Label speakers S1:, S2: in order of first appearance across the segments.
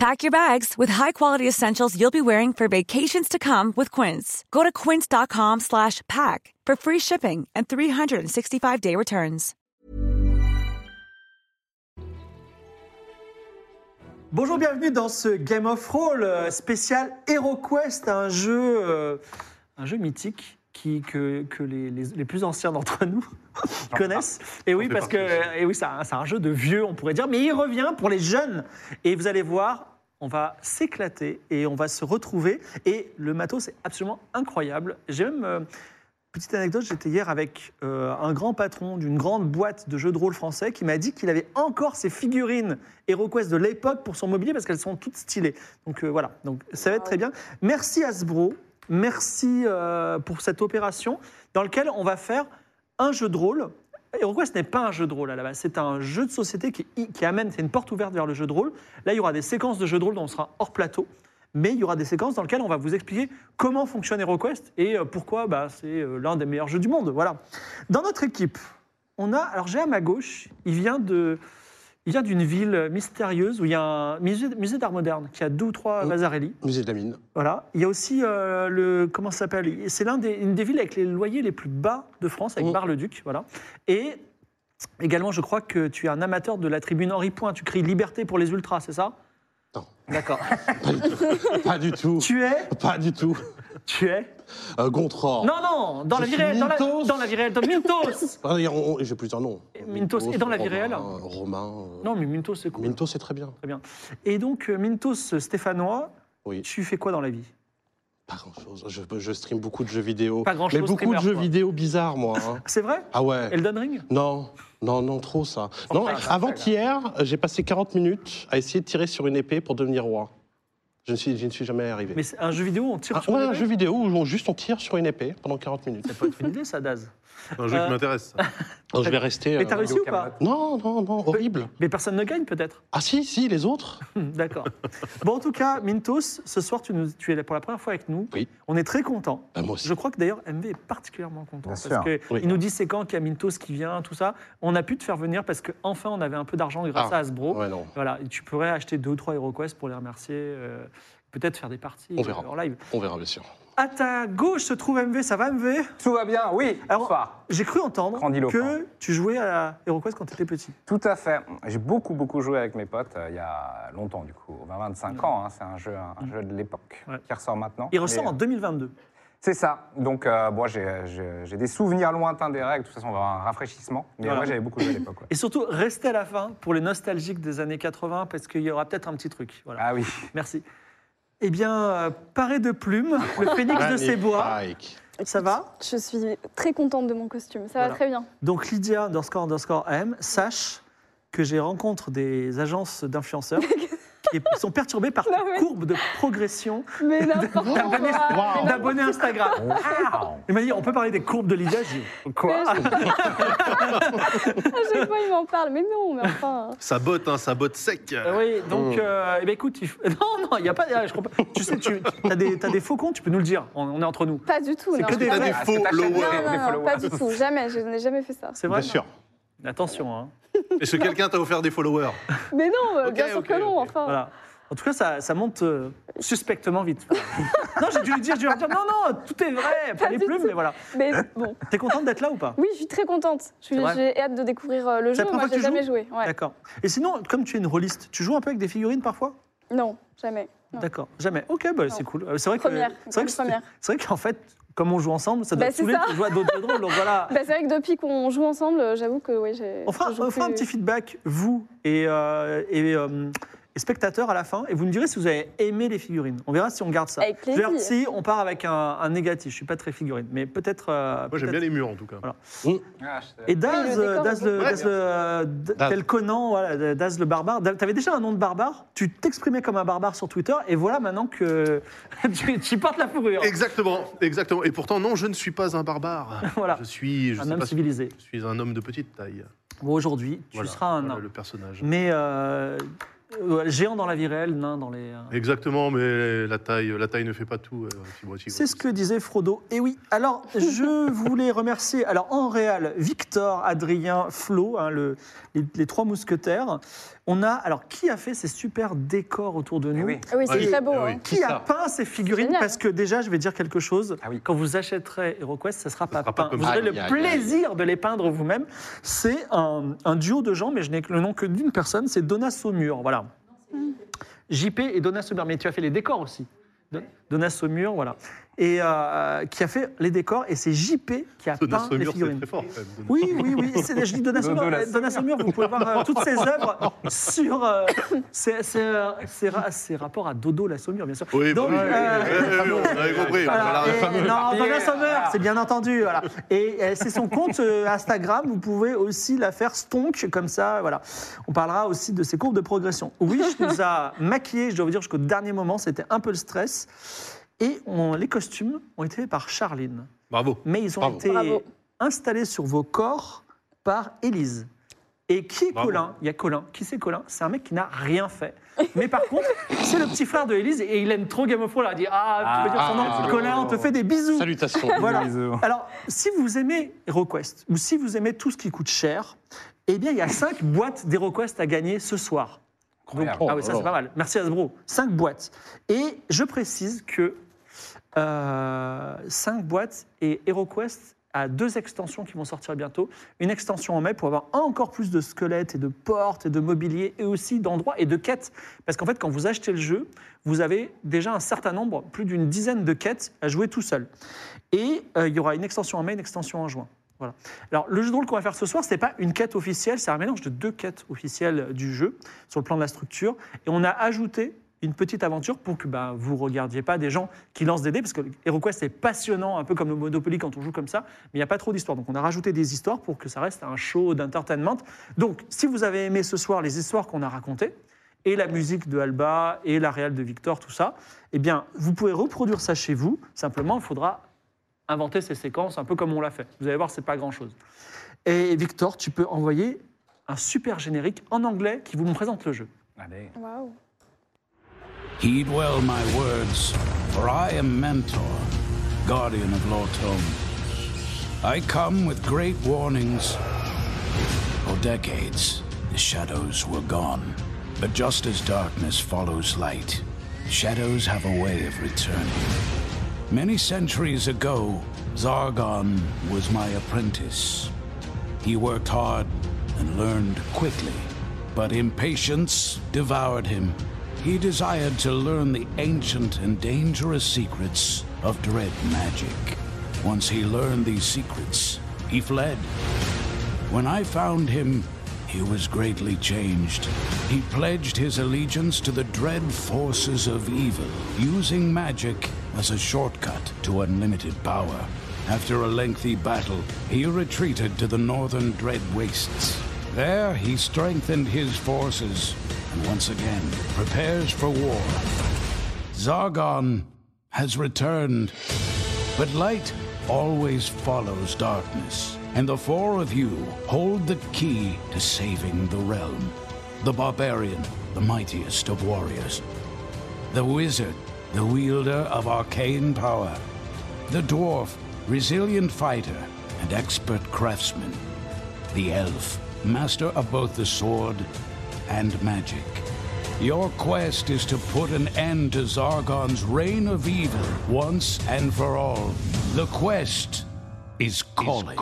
S1: Pack your bags with high-quality essentials you'll be wearing for vacations to come with Quince. Go to quince.com slash pack for free shipping and 365-day returns.
S2: Bonjour, bienvenue dans ce Game of Roll spécial HeroQuest, un jeu, euh, un jeu mythique qui, que, que les, les- les plus anciens d'entre nous connaissent. Et oui,
S3: fait
S2: parce que et oui, c'est un, c'est un jeu de vieux, on pourrait dire, mais il revient pour les jeunes. Et vous allez voir, on va s'éclater et on va se retrouver. Et le matos c'est absolument incroyable. J'ai même. euh, Petite anecdote, j'étais hier avec euh, un grand patron d'une grande boîte de jeux de rôle français qui m'a dit qu'il avait encore ses figurines HeroQuest de l'époque pour son mobilier parce qu'elles sont toutes stylées. Donc euh, voilà, donc ça va être très bien. Merci Hasbro, merci euh, pour cette opération dans laquelle on va faire un jeu de rôle. HeroQuest n'est pas un jeu de rôle à la base, c'est un jeu de société qui, qui amène, c'est une porte ouverte vers le jeu de rôle. Là, il y aura des séquences de jeu de rôle dont on sera hors plateau, mais il y aura des séquences dans lesquelles on va vous expliquer comment fonctionne HeroQuest et euh, pourquoi bah, c'est euh, l'un des meilleurs jeux du monde. Voilà. Dans notre équipe, on a, alors j'ai à ma gauche, il vient de, il vient d'une ville mystérieuse où il y a un musée, musée d'art moderne qui a deux ou trois
S3: Mm.
S2: Vasarely.
S3: Musée de la mine.
S2: Voilà. Il y a aussi euh, le. Comment ça s'appelle C'est l'une des, une des villes avec les loyers les plus bas de France, avec
S3: Mm.
S2: Bar-le-Duc. Voilà. Et également, je crois que tu es un amateur de la tribune Henri Point. Tu cries liberté pour les ultras, c'est ça
S3: Non.
S2: D'accord.
S3: Pas du tout. Pas du tout.
S2: tu es.
S3: Pas du tout.
S2: Tu es.
S3: Euh, Gontror.
S2: Non, non Dans
S3: Je
S2: la vie
S3: suis
S2: réelle Dans la,
S3: Mintos.
S2: dans la vie réelle dans- Mintos
S3: Ah, d'ailleurs, on- J'ai plusieurs noms.
S2: Mintos, et dans la vie
S3: Romain,
S2: réelle
S3: euh, Romain. euh,
S2: Non, mais Mintos, c'est cool.
S3: Mintos, c'est très bien.
S2: Et donc, euh, Mintos euh, stéphanois,
S3: Oui.
S2: tu fais quoi dans la vie
S3: Pas grand-chose. Je, je stream beaucoup de jeux vidéo.
S2: Pas grand-chose,
S3: Mais beaucoup
S2: streamer,
S3: de jeux
S2: quoi.
S3: vidéo bizarres, moi. hein.
S2: C'est vrai
S3: Ah ouais.
S2: Elden Ring
S3: Non, non, non, trop ça. Non,
S2: Fortnite,
S3: avant-hier, j'ai passé 40 minutes à essayer de tirer sur une épée pour devenir roi. Je ne suis, je ne suis jamais arrivé.
S2: Mais c'est un jeu vidéo, on tire
S3: Ah,
S2: sur
S3: ouais,
S2: des
S3: un
S2: mecs
S3: jeu vidéo où on, juste on tire sur une épée pendant 40 minutes.
S2: Ça peut être une idée, ça, Daz.
S4: C'est un jeu
S2: Euh,
S4: qui m'intéresse. ça.
S3: Donc, je vais rester.
S2: Mais t'as
S3: euh,
S2: réussi ou pas
S3: Non, non, non, horrible.
S2: Mais personne ne gagne, peut-être
S3: Ah si, si, les autres
S2: Hmm, D'accord. Bon, en tout cas, Mintos, ce soir, tu, nous- tu es là pour la première fois avec nous.
S3: Oui.
S2: On est très contents.
S3: Bah, Moi aussi.
S2: Je crois que d'ailleurs, MV est particulièrement content. parce
S5: Bien sûr.
S2: qu'il
S3: Oui.
S2: nous dit c'est quand qu'il y a Mintos qui vient, tout ça. On a pu te faire venir parce qu'enfin, on avait un peu d'argent grâce
S3: Ah.
S2: à Hasbro.
S3: Ouais, non,
S2: Voilà, et tu pourrais acheter deux ou trois HeroQuest pour les remercier. euh, Peut-être faire des parties
S3: On verra.
S2: euh, en live.
S3: on verra bien sûr.
S2: À ta gauche se trouve MV, ça va MV
S5: Tout va bien, oui.
S2: Alors-
S5: Bonsoir.
S2: J'ai cru entendre
S5: Grandiloquent.
S2: que tu jouais à HeroQuest quand tu étais petit.
S5: Tout à fait. J'ai beaucoup, beaucoup joué avec mes potes euh, il y a longtemps, du coup, 20-25 ans. hein. C'est un jeu, un jeu de l'époque
S2: Ouais.
S5: qui ressort maintenant.
S2: Il
S5: Mais,
S2: ressort en
S5: euh,
S2: 2022.
S5: C'est ça. Donc, euh, bon, j'ai- j'ai j'ai des souvenirs lointains des règles. De toute façon, on va avoir un rafraîchissement. Mais
S2: Voilà.
S5: moi, j'avais beaucoup joué à l'époque. ouais.
S2: Et surtout, restez à la fin pour les nostalgiques des années 80 parce qu'il y aura peut-être un petit truc. Voilà.
S5: Ah oui.
S2: Merci. Eh bien, euh, paré de plumes, le phénix de ses bois, Ah,
S3: Magnifique. Ah,
S2: ça va
S6: Je suis très contente de mon costume, ça
S2: Voilà.
S6: va très bien.
S2: Donc Lydia underscore underscore AM, sache que j'ai rencontre des agences d'influenceurs qui sont perturbés par
S6: Non, mais-
S2: la courbe de progression
S6: Mais n'importe quoi
S2: d'abonnés
S6: Ah,
S3: Wow.
S2: d'abonnés Instagram. Ah. Il m'a dit, on peut parler des courbes de Lydia Je dis, Quoi
S6: À chaque fois, il m'en parle, mais non, mais enfin...
S4: Ça botte, hein, ça botte sec.
S2: Euh, Oui, donc, euh, eh ben, écoute, il faut- non, non, il n'y a pas... ah, je comprends pas. Tu sais, tu as des, t'as des faux comptes, tu peux nous le dire, on, on est entre nous.
S6: Pas du tout,
S2: C'est
S6: non.
S2: que des-
S6: non,
S4: des
S5: Ah,
S4: faux
S5: c'est pas
S4: lowers.
S5: Chanel,
S6: non,
S5: des
S6: non,
S5: followers.
S6: pas du tout, jamais, je n'ai jamais fait ça.
S2: C'est vrai
S3: Bien sûr.
S2: Attention, hein.
S6: Oh.
S4: Est-ce que quelqu'un t'a offert des followers
S6: Mais non, euh,
S4: Ok,
S6: bien sûr
S4: ok,
S6: que non,
S4: ok.
S6: enfin.
S2: Voilà. En tout cas, ça, ça monte euh, suspectement vite. non, j'ai dû lui dire, j'ai dû lui dire, non, non, tout est vrai, pas
S6: Pas
S2: les
S6: du
S2: plumes,
S6: tout.
S2: mais voilà.
S6: Mais bon,
S2: T'es contente d'être là ou pas
S6: oui, je suis très contente. Je suis-
S2: Hein C'est vrai.
S6: J'ai hâte de découvrir euh, le
S2: C'est
S6: jeu,
S2: la première fois
S6: moi,
S2: que
S6: j'ai
S2: tu
S6: jamais joué. Ouais.
S2: D'accord. Et sinon, comme tu es une rôliste, tu joues un peu avec des figurines parfois
S6: Non, jamais. non.
S2: D'accord, jamais. Ok, bah, c'est cool. Euh, C'est vrai que
S6: Première,
S2: c'est vrai
S6: grande
S2: que c'est-
S6: première.
S2: c'est vrai qu'en fait, comme on joue ensemble, ça doit
S6: Bah,
S2: te
S6: c'est
S2: saouler
S6: ça.
S2: de jouer à d'autres jeux de rôle. Donc voilà.
S6: Bah, c'est vrai que depuis qu'on joue ensemble, euh, j'avoue que oui, j'ai.
S2: On fera,
S6: je joue
S2: on fera un
S6: plus-
S2: petit feedback, vous et, euh, et, euh, et spectateurs à la fin. Et vous me direz si vous avez aimé les figurines. On verra si on garde ça.
S6: Avec
S2: Je vais voir
S6: plaisir.
S2: si on part avec un, un négatif. Je suis pas très figurine, mais peut-être. euh,
S4: Moi, j'aime
S2: peut-être-
S4: bien les murs, en tout cas.
S5: Ah, je-
S2: et Daz,
S6: Oui, le décor
S2: Daz
S6: est
S2: le,
S4: beau.
S2: Daz le- euh, D-
S3: Daz.
S2: tel Conan, voilà, Daz le barbare. Daz- T'avais déjà un nom de barbare, tu t'exprimais comme un barbare sur Twitter, et voilà maintenant que tu, tu portes la fourrure.
S4: Exactement, exactement. Et pourtant, non, je ne suis pas un barbare.
S2: Voilà.
S4: Je suis, je
S2: Un
S4: sais
S2: homme
S4: pas,
S2: civilisé.
S4: je suis un homme de petite taille.
S2: Bon, aujourd'hui, tu
S4: Voilà,
S2: seras un
S4: voilà
S2: nain.
S4: le personnage.
S2: Mais euh, euh, géant dans la vie réelle, nain dans les. euh,
S4: Exactement, mais la taille, la taille ne fait pas tout. euh, Fibroti.
S2: C'est ce que disait Frodo. Et oui, alors je voulais remercier alors en réal Victor, Adrien, Flo, hein, le- les, les trois mousquetaires. On a alors qui a fait ces super décors autour de nous
S5: Eh oui.
S6: Ah oui, c'est
S4: Ouais.
S6: très beau.
S4: Ah oui.
S6: hein.
S2: Qui
S3: C'est
S2: a
S3: ça.
S2: peint ces figurines
S6: Génial.
S2: Parce que déjà, je vais dire quelque chose.
S5: Ah oui.
S2: Quand vous achèterez HeroQuest, ça ne sera pas
S4: sera pas
S2: peint.
S4: comme
S2: vous
S4: ça.
S2: aurez le
S3: Aïe, aïe, aïe.
S2: plaisir de les peindre vous-même. C'est un, un duo de gens, mais je n'ai le nom que d'une personne, c'est Donna Saumur. Voilà. JP et Donna Saumur. Mais tu as fait les décors aussi. Don- Donna Saumur, voilà. Et euh, qui a fait les décors, et c'est JP qui a
S4: Donna
S2: peint les
S4: Saumur, c'est
S2: figurines.
S4: très fort. quand même, Donna.
S2: Oui, oui, oui. C'est, je dis Donna Saumur.
S5: Donna
S2: euh, Donna Saumur, vous pouvez voir euh, toutes ses œuvres sur euh, ses, ses, euh, ses ra- ses rapports à Dodo la Saumur, bien sûr.
S4: Oui, bah
S2: Donc,
S4: oui, oui,
S2: euh,
S4: oui, oui, oui, on avait compris.
S2: voilà,
S4: Voilà.
S2: et- non, Donna
S5: Yeah.
S2: Summer, c'est bien entendu. Voilà. Et euh, c'est son compte euh, Instagram. Vous pouvez aussi la faire stonk comme ça. Voilà. On parlera aussi de ses courbes de progression. Wish nous a maquillés, je dois vous dire, jusqu'au dernier moment. C'était un peu le stress. Et on- les costumes ont été faits par Charline.
S4: Bravo.
S2: Mais ils ont
S3: Bravo.
S2: été
S6: Bravo.
S2: installés sur vos corps par Élise. Et qui est
S4: Bravo.
S2: Colin Il y a Colin. Qui c'est Colin C'est un mec qui n'a rien fait. Mais par contre, c'est le petit frère de Élise et il aime trop Game of Thrones. Alors, Il a dit Ah, tu peux
S5: Ah,
S2: dire son nom
S3: ah,
S2: Colin, on te fait des bisous.
S3: Salutations.
S2: Voilà.
S5: Bisous.
S2: Alors, si vous aimez HeroQuest ou si vous aimez tout ce qui coûte cher, eh bien, il y a 5 boîtes d'HeroQuest à gagner ce soir. Donc,
S5: Incroyable.
S2: ah oui, ça, c'est pas mal. Merci Hasbro. 5 boîtes. Et je précise que 5 boîtes et HeroQuest a deux extensions qui vont sortir bientôt. Une extension en mai pour avoir encore plus de squelettes et de portes et de mobilier et aussi d'endroits et de quêtes. Parce qu'en fait, quand vous achetez le jeu, vous avez déjà un certain nombre, plus d'une dizaine de quêtes à jouer tout seul. Et euh, il y aura une extension en mai, une extension en juin. Voilà. Alors, le jeu de rôle qu'on va faire ce soir, ce n'est pas une quête officielle, c'est un mélange de deux quêtes officielles du jeu sur le plan de la structure. Et on a ajouté une petite aventure pour que bah, vous ne regardiez pas des gens qui lancent des dés, parce que HeroQuest, c'est passionnant, un peu comme le Monopoly quand on joue comme ça, mais il n'y a pas trop d'histoires. Donc, on a rajouté des histoires pour que ça reste un show d'entertainment. Donc, si vous avez aimé ce soir les histoires qu'on a racontées, et la musique de Alba, et la réal de Victor, tout ça, eh bien, vous pouvez reproduire ça chez vous. Simplement, il faudra inventer ces séquences un peu comme on l'a fait. Vous allez voir, c'est pas grand-chose. Et Victor, tu peux envoyer un super générique en anglais qui vous présente le jeu.
S5: Allez.
S6: Waouh.
S7: Heed well my words, for I am Mentor, guardian of Lortome. I come with great warnings. For decades, the shadows were gone. But just as darkness follows light, shadows have a way of returning. Many centuries ago, Zargon was my apprentice. He worked hard and learned quickly, but impatience devoured him. He desired to learn the ancient and dangerous secrets of dread magic. Once he learned these secrets, he fled. When I found him, he was greatly changed. He pledged his allegiance to the dread forces of evil, using magic as a shortcut to unlimited power. After a lengthy battle, he retreated to the northern dread wastes. There, he strengthened his forces and once again prepares for war. Zargon has returned. But light always follows darkness, and the four of you hold the key to saving the realm. The barbarian, the mightiest of warriors. The wizard, the wielder of arcane power. The dwarf, resilient fighter and expert craftsman. The elf, master of both the sword and magic. Your quest is to put an end to Zargon's reign of evil once and for all. The quest is calling.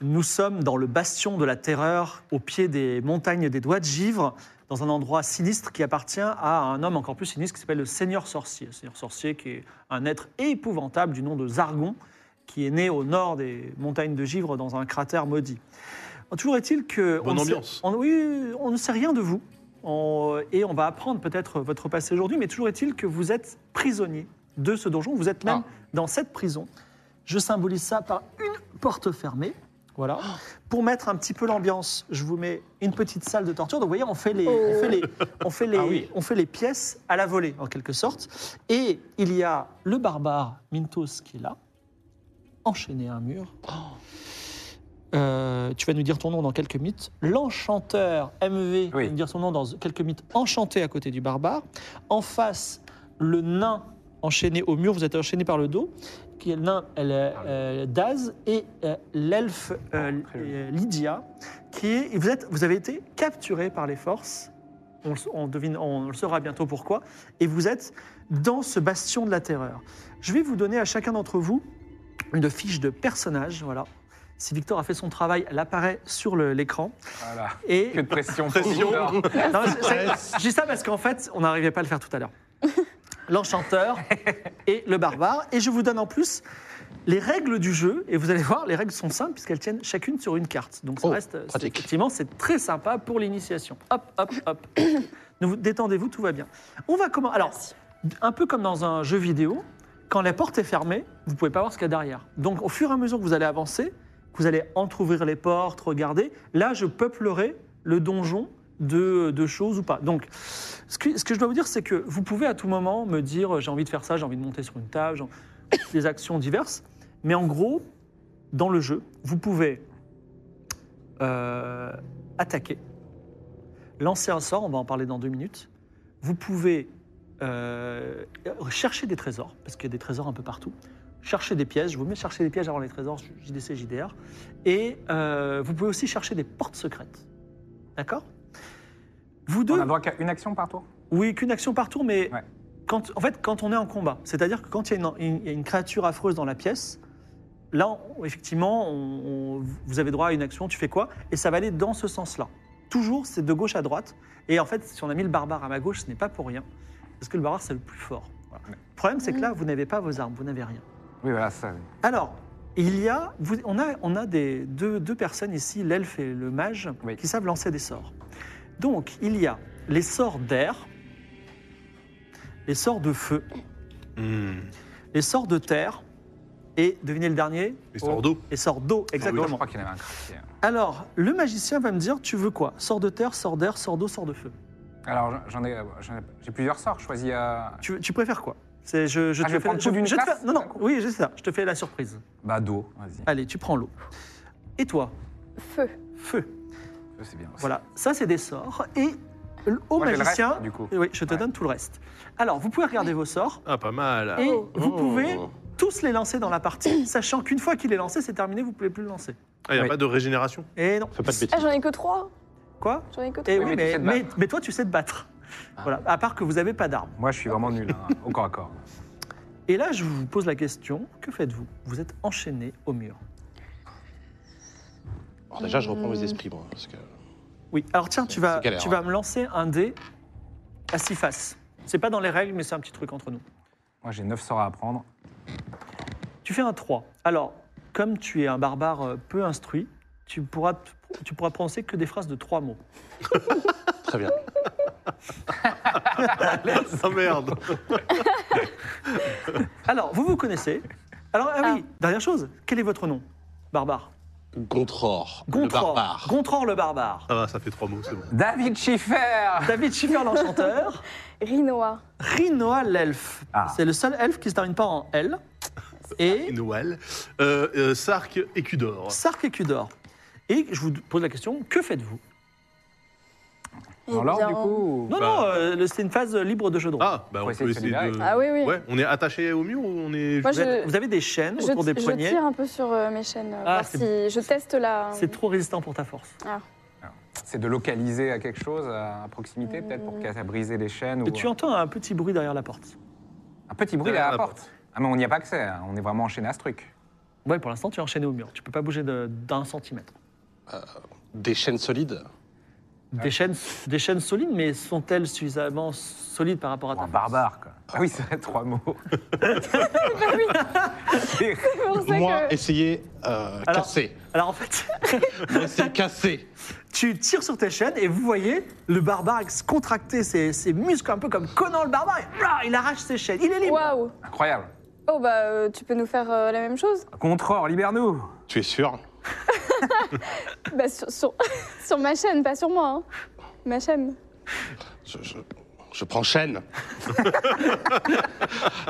S2: Nous sommes dans le bastion de la terreur, au pied des montagnes des doigts de givre, dans un endroit sinistre qui appartient à un homme encore plus sinistre qui s'appelle le Seigneur Sorcier. Le Seigneur Sorcier qui est un être épouvantable du nom de Zargon, qui est né au nord des montagnes de givre dans un cratère maudit. Toujours est-il que...
S4: Bonne
S2: ne sait-
S4: ambiance.
S2: on- oui, on ne sait rien de vous. On- et on va apprendre peut-être votre passé aujourd'hui, mais toujours est-il que vous êtes prisonnier de ce donjon. Vous êtes
S4: Ah.
S2: même dans cette prison. Je symbolise ça par une porte fermée. Voilà. Pour mettre un petit peu l'ambiance, je vous mets une petite salle de torture. Donc, vous voyez, on fait les, on fait les, on fait les, on fait les pièces à la volée, en quelque sorte. Et il y a le barbare Mintos qui est là, enchaîné à un mur. Euh, tu vas nous dire ton nom dans quelques mythes. L'enchanteur MV va
S5: Oui.
S2: nous dire son nom dans quelques mythes enchanté à côté du barbare. En face, le nain enchaîné au mur, vous êtes enchaîné par le dos, qui est le nain elle, euh, Daz, et euh, l'elfe euh, euh, Lydia, qui est, vous, êtes, vous avez été capturé par les forces, on, le- on devine, on le saura bientôt pourquoi, et vous êtes dans ce bastion de la terreur. Je vais vous donner à chacun d'entre vous une fiche de personnage, voilà. Si Victor a fait son travail, elle apparaît sur le- l'écran.
S5: Voilà.
S2: Et
S5: Que de pression. pour
S4: Pression.
S5: Victor.
S2: non, c'est- c'est- je dis ça parce qu'en fait, on n'arrivait pas à le faire tout à l'heure. L'enchanteur et le barbare. Et je vous donne en plus les règles du jeu. Et vous allez voir, les règles sont simples puisqu'elles tiennent chacune sur une carte. Donc ça
S3: Oh,
S2: reste, c'est-
S3: pratique.
S2: effectivement, c'est très sympa pour l'initiation. Hop, hop, hop. ne vous détendez-vous, tout va bien. On va comment Alors, un peu comme dans un jeu vidéo, quand la porte est fermée, vous pouvez pas voir ce qu'il y a derrière. Donc au fur et à mesure que vous allez avancer, que vous allez entrouvrir les portes, regarder. Là, je peuplerai le donjon de, de choses ou pas. Donc, ce que, ce que je dois vous dire, c'est que vous pouvez à tout moment me dire euh, j'ai envie de faire ça, j'ai envie de monter sur une table, j'ai- des actions diverses. Mais en gros, dans le jeu, vous pouvez euh, attaquer, lancer un sort, on va en parler dans deux minutes. Vous pouvez euh, chercher des trésors, parce qu'il y a des trésors un peu partout. Chercher des pièges, je vous mets chercher des pièges avant les trésors, JDC, JDR. Et euh, vous pouvez aussi chercher des portes secrètes. D'accord Vous deux.
S5: On a droit qu'à une action par tour
S2: Oui, qu'une action par tour, mais
S5: Ouais.
S2: quand, en fait, quand on est en combat, c'est-à-dire que quand il y, a une- une, il y a une créature affreuse dans la pièce, là, on- effectivement, on- on- vous avez droit à une action, tu fais quoi Et ça va aller dans ce sens-là. Toujours, c'est de gauche à droite. Et en fait, si on a mis le barbare à ma gauche, ce n'est pas pour rien. Parce que le barbare, c'est le plus fort. Voilà.
S5: Ouais.
S2: Le problème, c'est que là, vous n'avez pas vos armes, vous n'avez rien.
S5: Oui, voilà, ça.
S2: Alors, il y a, vous- on a, on a des, deux, deux personnes ici, l'elfe et le mage,
S5: Oui.
S2: qui savent lancer des sorts. Donc, il y a les sorts d'air, les sorts de feu,
S4: Hmm.
S2: les sorts de terre, et devinez le dernier,
S4: Les sorts d'eau.
S2: les sorts d'eau,
S5: Non, je
S2: exactement.
S5: crois qu'il y en avait un craqué.
S2: Alors, le magicien va me dire, tu veux quoi Sort de terre, sort d'air, sort d'eau, sort de feu.
S5: Alors, j'en ai, j'en ai- j'ai plusieurs sorts. Je choisis. euh,
S2: Tu, tu préfères quoi C'est- je, je
S5: Ah,
S2: te
S5: je
S2: fais,
S5: prends tout d'une
S2: je te
S5: classe,
S2: fais- non, non,
S5: d'un coup
S2: oui, c'est ça, je te fais la surprise.
S5: Bah, d'eau, vas-y.
S2: Allez, tu prends l'eau. Et toi
S6: Feu.
S2: Feu.
S5: Ça, C'est bien. aussi.
S2: Voilà, ça c'est des sorts. Et l- au
S5: Moi, j'ai le
S2: magicien,
S5: reste, du coup.
S2: oui, je te
S5: Ouais.
S2: donne tout le reste. Alors, vous pouvez regarder vos sorts
S4: Ah, pas mal.
S2: et
S6: Oh.
S2: vous
S4: Oh.
S2: pouvez tous les lancer dans la partie, sachant qu'une fois qu'il est lancé, c'est terminé, vous ne pouvez plus le lancer.
S4: Ah, il n'y a
S5: Oui.
S4: pas de régénération
S2: Et non.
S3: Fais pas de bêtises.
S6: Ah, j'en ai que trois.
S2: Quoi
S6: J'en ai que trois.
S2: Eh
S5: Oui,
S2: oui,
S5: mais tu
S2: mais,
S5: sais te
S2: mais-
S5: battre. Ah.
S2: mais toi, tu sais te battre. Voilà, à part que vous n'avez pas d'armes.
S5: Moi, je suis vraiment nul, hein, au corps à corps.
S2: Et là, je vous pose la question que faites-vous Vous êtes enchaîné au mur.
S3: Alors déjà, je reprends mes esprits, moi, parce que...
S2: Oui, alors tiens, tu vas,
S3: c'est galère,
S2: tu vas
S3: hein.
S2: me lancer un dé à six faces. C'est pas dans les règles, mais c'est un petit truc entre nous.
S5: Moi, j'ai 9 sorts à apprendre.
S2: Tu fais un 3. Alors, comme tu es un barbare euh, peu instruit, tu pourras, te- tu pourras prononcer que des phrases de trois mots.
S3: Très bien.
S4: Ah merde
S2: Alors, vous vous connaissez. Alors, ah oui, dernière chose, quel est votre nom Barbare.
S3: Gontror, le
S2: Gontror.
S3: barbare.
S2: Gontror le barbare.
S4: Ça va, ça fait trois mots, c'est bon.
S5: David Schiffer
S2: David Schiffer l'enchanteur.
S6: Rinoa.
S2: Rinoa l'elfe.
S5: Ah.
S2: C'est le seul elfe qui se termine pas en L. Et
S4: Noël. Euh, euh, Sark et Cudor.
S2: Sark et Cudor. Et je vous pose la question, que faites-vous
S6: Eh
S5: Dans l'ordre,
S6: bien,
S5: du coup
S2: Non,
S4: Bah.
S2: non, euh, le- c'est une phase euh, libre de jeu de rôle.
S4: Ah, bah
S5: Faut
S4: on
S5: essayer
S4: peut
S5: de se
S4: essayer
S5: libérer.
S4: de.
S6: Ah oui, oui.
S4: Ouais, on est attaché au mur ou on est.
S6: Moi,
S2: Vous avez-
S6: je-
S2: vous avez des chaînes
S6: Je,
S2: autour des
S6: je
S2: poignets.
S6: tire un peu sur euh, mes chaînes. euh,
S2: Ah,
S6: voir
S2: c'est-
S6: si je teste la.
S2: C'est trop résistant pour ta force.
S5: C'est de localiser à quelque chose, à proximité, peut-être, pour qu'à briser les chaînes. Ou...
S2: Tu entends un petit bruit derrière la porte.
S5: Un petit bruit
S4: Derrière
S5: à
S4: la
S5: la porte. Ah, mais on n'y a pas accès, hein. on est vraiment enchaîné à ce truc.
S2: Ouais, pour l'instant, tu es enchaîné au mur. Tu peux pas bouger de- d'un centimètre.
S3: Des chaînes solides
S2: Des, chaînes, des chaînes solides, mais sont-elles suffisamment solides par rapport à ta
S5: Un
S2: force
S5: barbare, quoi. Ah oui, c'est trois mots.
S6: Bah C'est pour ça
S3: Moi,
S6: que-
S3: essayez euh,
S2: Alors-
S3: casser.
S2: Alors en fait,
S3: Moi, essayez casser.
S2: tu tires sur tes chaînes et vous voyez le barbare se contracter ses, ses muscles un peu comme Conan le barbare. et blah, il arrache ses chaînes. Il est libre.
S6: Waouh
S5: Incroyable.
S6: Oh bah euh, tu peux nous faire euh, la même chose
S5: Contreur, libère-nous.
S3: Tu es sûr
S6: Bah sur, sur, sur ma chaîne, pas sur moi. hein. Ma chaîne.
S3: je, je- je prends chaîne.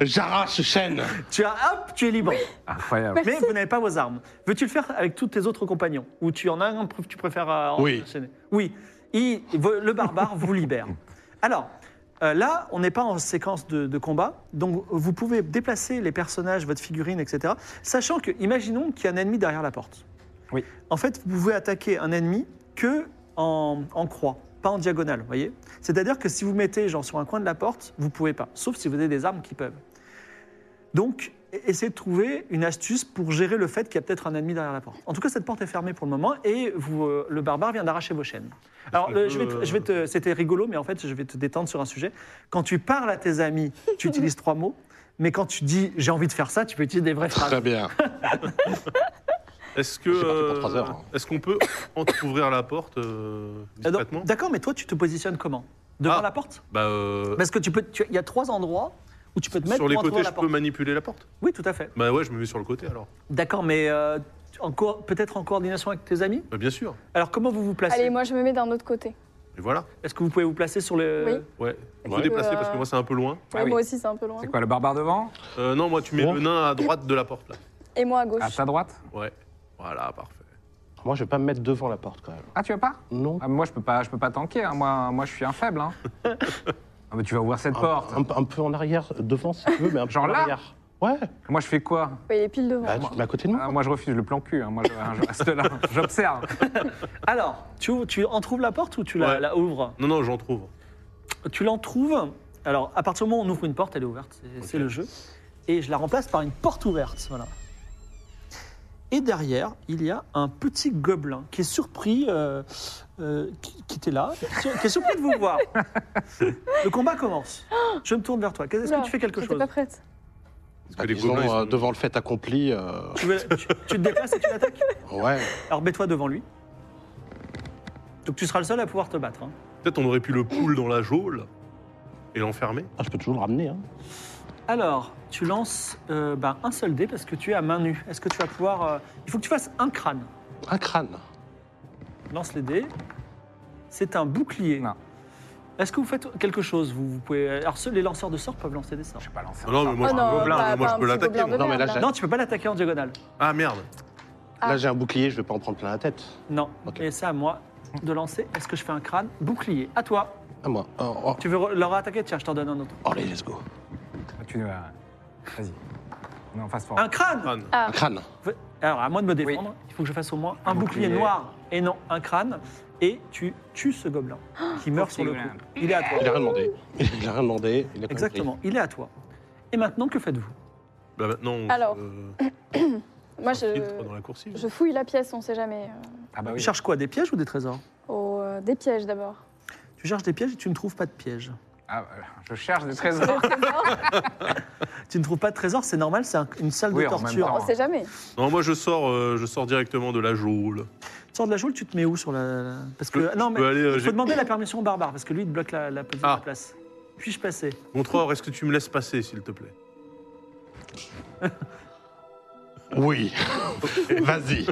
S3: J'arrache chaîne.
S2: Tu as, hop, tu es libre.
S5: Incroyable.
S2: Mais vous n'avez pas vos armes. Veux-tu le faire avec tous tes autres compagnons Ou tu en as un que tu préfères euh,
S3: Oui.
S2: enchaîner Oui. Il- vo- le barbare vous libère. Alors, euh, là, on n'est pas en séquence de, de combat. Donc, vous pouvez déplacer les personnages, votre figurine, etc. Sachant que, imaginons qu'il y a un ennemi derrière la porte.
S5: Oui.
S2: En fait, vous pouvez attaquer un ennemi que en, en croix, pas en diagonale, vous voyez C'est-à-dire que si vous mettez genre sur un coin de la porte, vous pouvez pas, sauf si vous avez des armes qui peuvent. Donc, e- essayez de trouver une astuce pour gérer le fait qu'il y a peut-être un ennemi derrière la porte. En tout cas, cette porte est fermée pour le moment et vous, euh, le barbare vient d'arracher vos chaînes. Alors,
S4: qu'on
S2: le-
S4: peut,
S2: je vais te-
S4: euh,
S2: je vais te- c'était rigolo, mais en fait, je vais te détendre sur un sujet. Quand tu parles à tes amis, tu utilises trois mots, mais quand tu dis j'ai envie de faire ça, tu peux utiliser des vraies phrases.
S3: Très bien.
S4: Est-ce que.
S3: Je suis parti pour
S4: euh,
S3: trois heures, hein.
S4: Est-ce qu'on peut ouvrir la porte euh,
S2: Euh, non,
S4: discrètement
S2: D'accord, mais toi, tu te positionnes comment Devant
S4: Ah.
S2: la porte
S4: Bah, euh,
S2: Parce que tu peux. tu- Il y a trois endroits où tu peux te mettre
S4: sur les
S2: pour
S4: côtés,
S2: ouvrir
S4: je
S2: la
S4: peux
S2: porte.
S4: manipuler la porte
S2: Oui, tout à fait.
S4: Bah ouais, je me mets sur le côté alors.
S2: D'accord, mais euh, tu- en co- peut-être en coordination avec tes amis.
S4: Bah, bien sûr.
S2: Alors, comment vous vous placez
S6: Allez, moi je me mets d'un autre côté.
S4: Et voilà.
S2: Est-ce que vous pouvez vous placer sur le
S6: Oui.
S4: Ouais. Il faut
S6: Ouais.
S4: déplacer parce
S6: Euh,
S4: que moi c'est un peu loin.
S5: Ah
S6: Ouais,
S5: oui.
S6: Moi aussi c'est un peu loin.
S5: C'est quoi, le barbare devant
S4: Euh, non, moi tu mets
S3: Bon.
S4: le nain à droite de la porte là.
S6: Et moi à gauche.
S5: À ta droite
S4: Ouais. Voilà, parfait.
S3: Moi, je vais pas me mettre devant la porte quand même.
S5: Ah, tu veux pas
S3: Non.
S5: Ah, Moi, je peux pas, je peux pas tanker. hein. Moi, moi, je suis un faible. hein. ah, mais tu vas ouvrir cette porte.
S3: Un, un- un peu en arrière, devant si tu veux, mais un peu
S5: Genre
S3: en
S5: là
S3: arrière. Ouais.
S5: Moi, je fais quoi
S6: Ouais, il est pile devant.
S3: Bah, tu te mets à côté de moi.
S5: Ah, Moi, je refuse le plan cul. hein. Moi, je, je reste là. J'observe.
S2: Alors, tu, ouvres- tu en trouves la porte ou tu la,
S4: Ouais.
S2: la ouvres
S4: Non, non, j'en trouve.
S2: Tu l'en trouves. Alors, à partir du moment où on ouvre une porte, elle est ouverte. C'est c'est le jeu. Et je la remplace par une porte ouverte. Voilà. Et derrière, il y a un petit gobelin qui est surpris, euh, euh, qui, qui était là, qui qui est surpris de vous voir. Le combat commence. Je me tourne vers toi. Est-ce que
S6: Oula,
S2: tu fais quelque
S6: j'étais
S2: chose
S6: pas prête.
S4: Parce
S3: Bah,
S4: que les
S3: disons,
S4: gobelins, ils
S3: euh,
S4: sont-
S3: devant le fait accompli, euh,
S2: tu, veux- tu- tu te déplaces et tu l'attaques
S3: ouais.
S2: Alors, mets-toi devant lui. Donc, tu seras le seul à pouvoir te battre. hein.
S4: Peut-être on aurait pu le poule dans la geôle et l'enfermer.
S3: Ah, je peux toujours le ramener. Hein.
S2: Alors, tu lances euh, ben, un seul dé parce que tu es à main nue. Est-ce que tu vas pouvoir. euh, Il faut que tu fasses un crâne.
S3: Un crâne.
S2: Lance les dés. C'est un bouclier.
S5: Non.
S2: Est-ce que vous faites quelque chose vous, vous pouvez. euh, Alors, seuls les lanceurs de sorts peuvent lancer des sorts.
S5: Je vais pas lancer.
S4: Non, non, mais moi,
S6: Oh
S4: je,
S6: non,
S4: peux-
S6: pas-
S4: mais moi, je
S6: pas
S4: peux
S6: un petit
S4: l'attaquer.
S6: gobelin
S4: moi.
S6: de
S3: Non, mais là,
S6: merde,
S3: j'ai-
S6: hein.
S2: Non, tu peux pas l'attaquer en diagonale.
S4: Ah merde.
S6: Ah.
S3: Là, j'ai un bouclier, je vais pas en prendre plein la tête.
S2: Non.
S3: Ok.
S2: Et c'est à moi de lancer. Est-ce que je fais un crâne Bouclier. À toi.
S3: À moi. Oh, oh.
S2: Tu veux re- leur attaquer Tiens, je t'en donne un autre.
S3: Allez, let's go.
S5: Tu, euh, Vas-y. Non, fast forward.
S2: Un crâne
S4: Crâne.
S6: Ah.
S3: Un crâne.
S2: Alors, à moi de me défendre, il faut que je fasse au moins un, bouclier,
S5: bouclier.
S2: noir et non un crâne. Et tu tues ce gobelin qui meurt sur le coup.
S5: gobelin.
S2: Il est à toi.
S3: Il a rien demandé. Il a rien demandé. Il a compris.
S2: Exactement, il est à toi. Et maintenant, que faites-vous
S4: Bah maintenant, on
S6: Alors.
S4: se-
S6: Moi
S4: filtre dans
S6: je,
S4: la coursive.
S6: je fouille la pièce, on sait jamais. euh,
S5: Ah bah
S2: Tu
S5: oui.
S2: cherches quoi Des pièges ou des trésors
S6: au- euh, des pièges d'abord.
S2: Tu cherches des pièges et tu ne trouves pas de pièges.
S5: Ah, euh, je cherche des trésors. Ah,
S2: Tu ne trouves pas de trésors, c'est normal, c'est un- une salle
S5: Oui,
S2: de
S5: en même
S2: torture.
S5: temps.
S6: On sait jamais.
S4: Non, moi je sors, euh, je sors directement de la geôle.
S2: Tu sors de la joule, tu te mets où sur la. Parce que.
S4: Je-
S2: non,
S4: je
S2: mais.
S4: peux aller, euh,
S2: il faut
S4: j'ai-
S2: demander la permission au barbare, parce que lui, il te bloque la, la, position de
S4: Ah.
S2: la place. Puis-je passer
S4: Montreur, est-ce que tu me laisses passer, s'il te plaît
S3: Oui. Vas-y.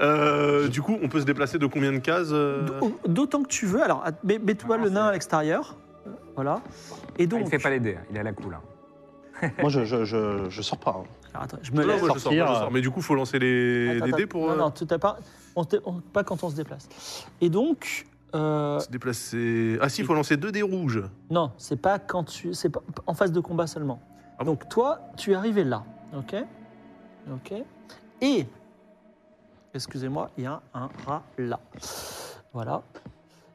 S4: Euh, Du coup, on peut se déplacer de combien de cases euh
S2: D'au- D'autant que tu veux. Alors, att- mets- mets-toi
S5: Ah,
S2: le nain
S5: c'est-
S2: à l'extérieur. euh, Voilà. Et
S5: Ah, il
S2: donc.
S5: fait pas les dés. hein. Il est à la cool. hein.
S3: Moi, je, je, je, je sors pas. hein.
S2: Alors, attends, je me
S4: Non, moi,
S2: lève.
S4: je sors, moi, je
S3: sortir,
S4: sors.
S3: euh.
S4: Mais du coup, faut lancer les,
S2: Attends,
S4: les
S2: attends.
S4: dés pour
S2: Non,
S4: euh,
S2: non, tu- t'as pas. on se dé- on- pas quand on se déplace. Et donc. euh,
S4: se déplacer. Ah si, faut lancer deux dés rouges.
S2: Non, c'est pas quand tu, c'est pas en phase de combat seulement.
S4: Ah bon
S2: Donc toi, tu es arrivé là, ok, ok. Et excusez-moi, il y a un rat là. Voilà.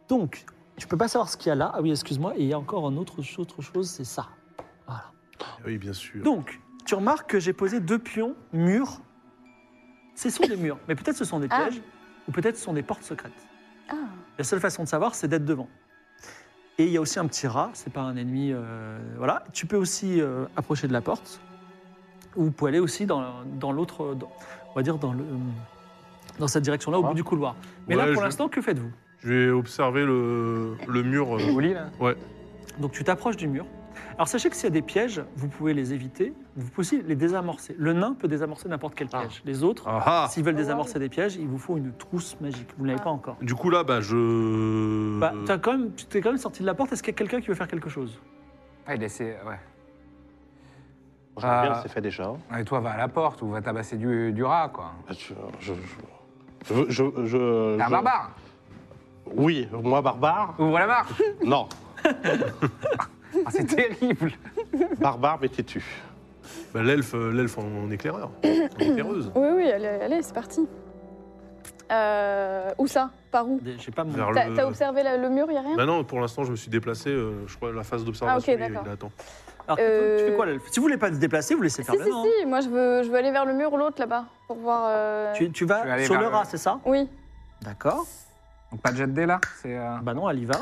S2: Donc tu peux pas savoir ce qu'il y a là. Ah oui, excuse-moi. Et il y a encore une autre, autre chose, c'est ça. Voilà.
S4: Ah Oui, bien sûr.
S2: Donc tu remarques que j'ai posé deux pions murs. Ce sont des murs, mais peut-être ce sont des
S6: Ah.
S2: pièges, ou peut-être ce sont des portes secrètes.
S6: Ah.
S2: La seule façon de savoir, c'est d'être devant. Et il y a aussi un petit rat, c'est pas un ennemi. euh, voilà. Tu peux aussi euh, approcher de la porte, ou vous pouvez aller aussi dans, dans l'autre, dans- on va dire dans, le, dans cette direction-là, au
S5: Ah.
S2: bout du couloir. Mais
S4: Ouais,
S2: là, pour
S4: je-
S2: l'instant, que faites-vous
S4: Je vais observer le, le mur. euh,
S5: Au lit, là
S2: Donc tu t'approches du mur. Alors sachez que s'il y a des pièges, vous pouvez les éviter, vous pouvez aussi les désamorcer. Le nain peut désamorcer n'importe quel piège. Les autres,
S4: Ah ah
S2: s'ils veulent désamorcer des pièges, il vous faut une trousse magique. Vous ne l'avez
S6: Ah.
S2: pas encore.
S4: Du coup, là, bah, je.
S2: Bah, t'as quand même- tu t'es quand même sorti de la porte. Est-ce qu'il y a quelqu'un qui veut faire quelque chose
S5: Ouais, laissez. Ah, Ouais.
S3: Je reviens,
S5: Ah.
S3: c'est fait déjà.
S5: Et toi, va à la porte ou va tabasser du, du rat, quoi.
S3: Ah, tu- Je, je, je, veux- je, je-
S5: T'es un
S3: je-
S5: barbare
S3: Oui, moi barbare.
S5: Ouvre la barre
S3: Non,
S5: Ah, C'est terrible
S3: barbare mais têtu.
S4: Bah, l'elfe, euh, l'elfe en, en éclaireur. en éclaireuse.
S6: Oui, oui, allez, allez c'est parti. Euh, où ça Par où
S2: Des- J'ai pas mon.
S4: Vers
S6: T'as
S4: le-
S6: t'as observé la- le mur, il a rien
S4: Bah non, pour l'instant, je me suis déplacé. euh, je crois la phase d'observation.
S6: Hein Ah,
S4: il-
S6: ok, d'accord.
S4: il attend.
S2: Alors,
S6: Euh,
S2: tu fais quoi, l'elfe Si vous voulez pas se déplacer, vous laissez
S6: Si,
S2: faire
S6: si,
S2: le nain. hein.
S6: si, moi je veux, je veux aller vers le mur ou l'autre là-bas pour voir. euh,
S2: Tu, tu
S5: Je vais
S2: vas
S5: aller
S2: sur
S5: vers
S2: le
S5: le-
S2: rat, c'est ça
S6: Oui,
S2: D'accord.
S5: Donc, pas de jet de dés, là C'est. euh,
S2: Bah non, elle y va.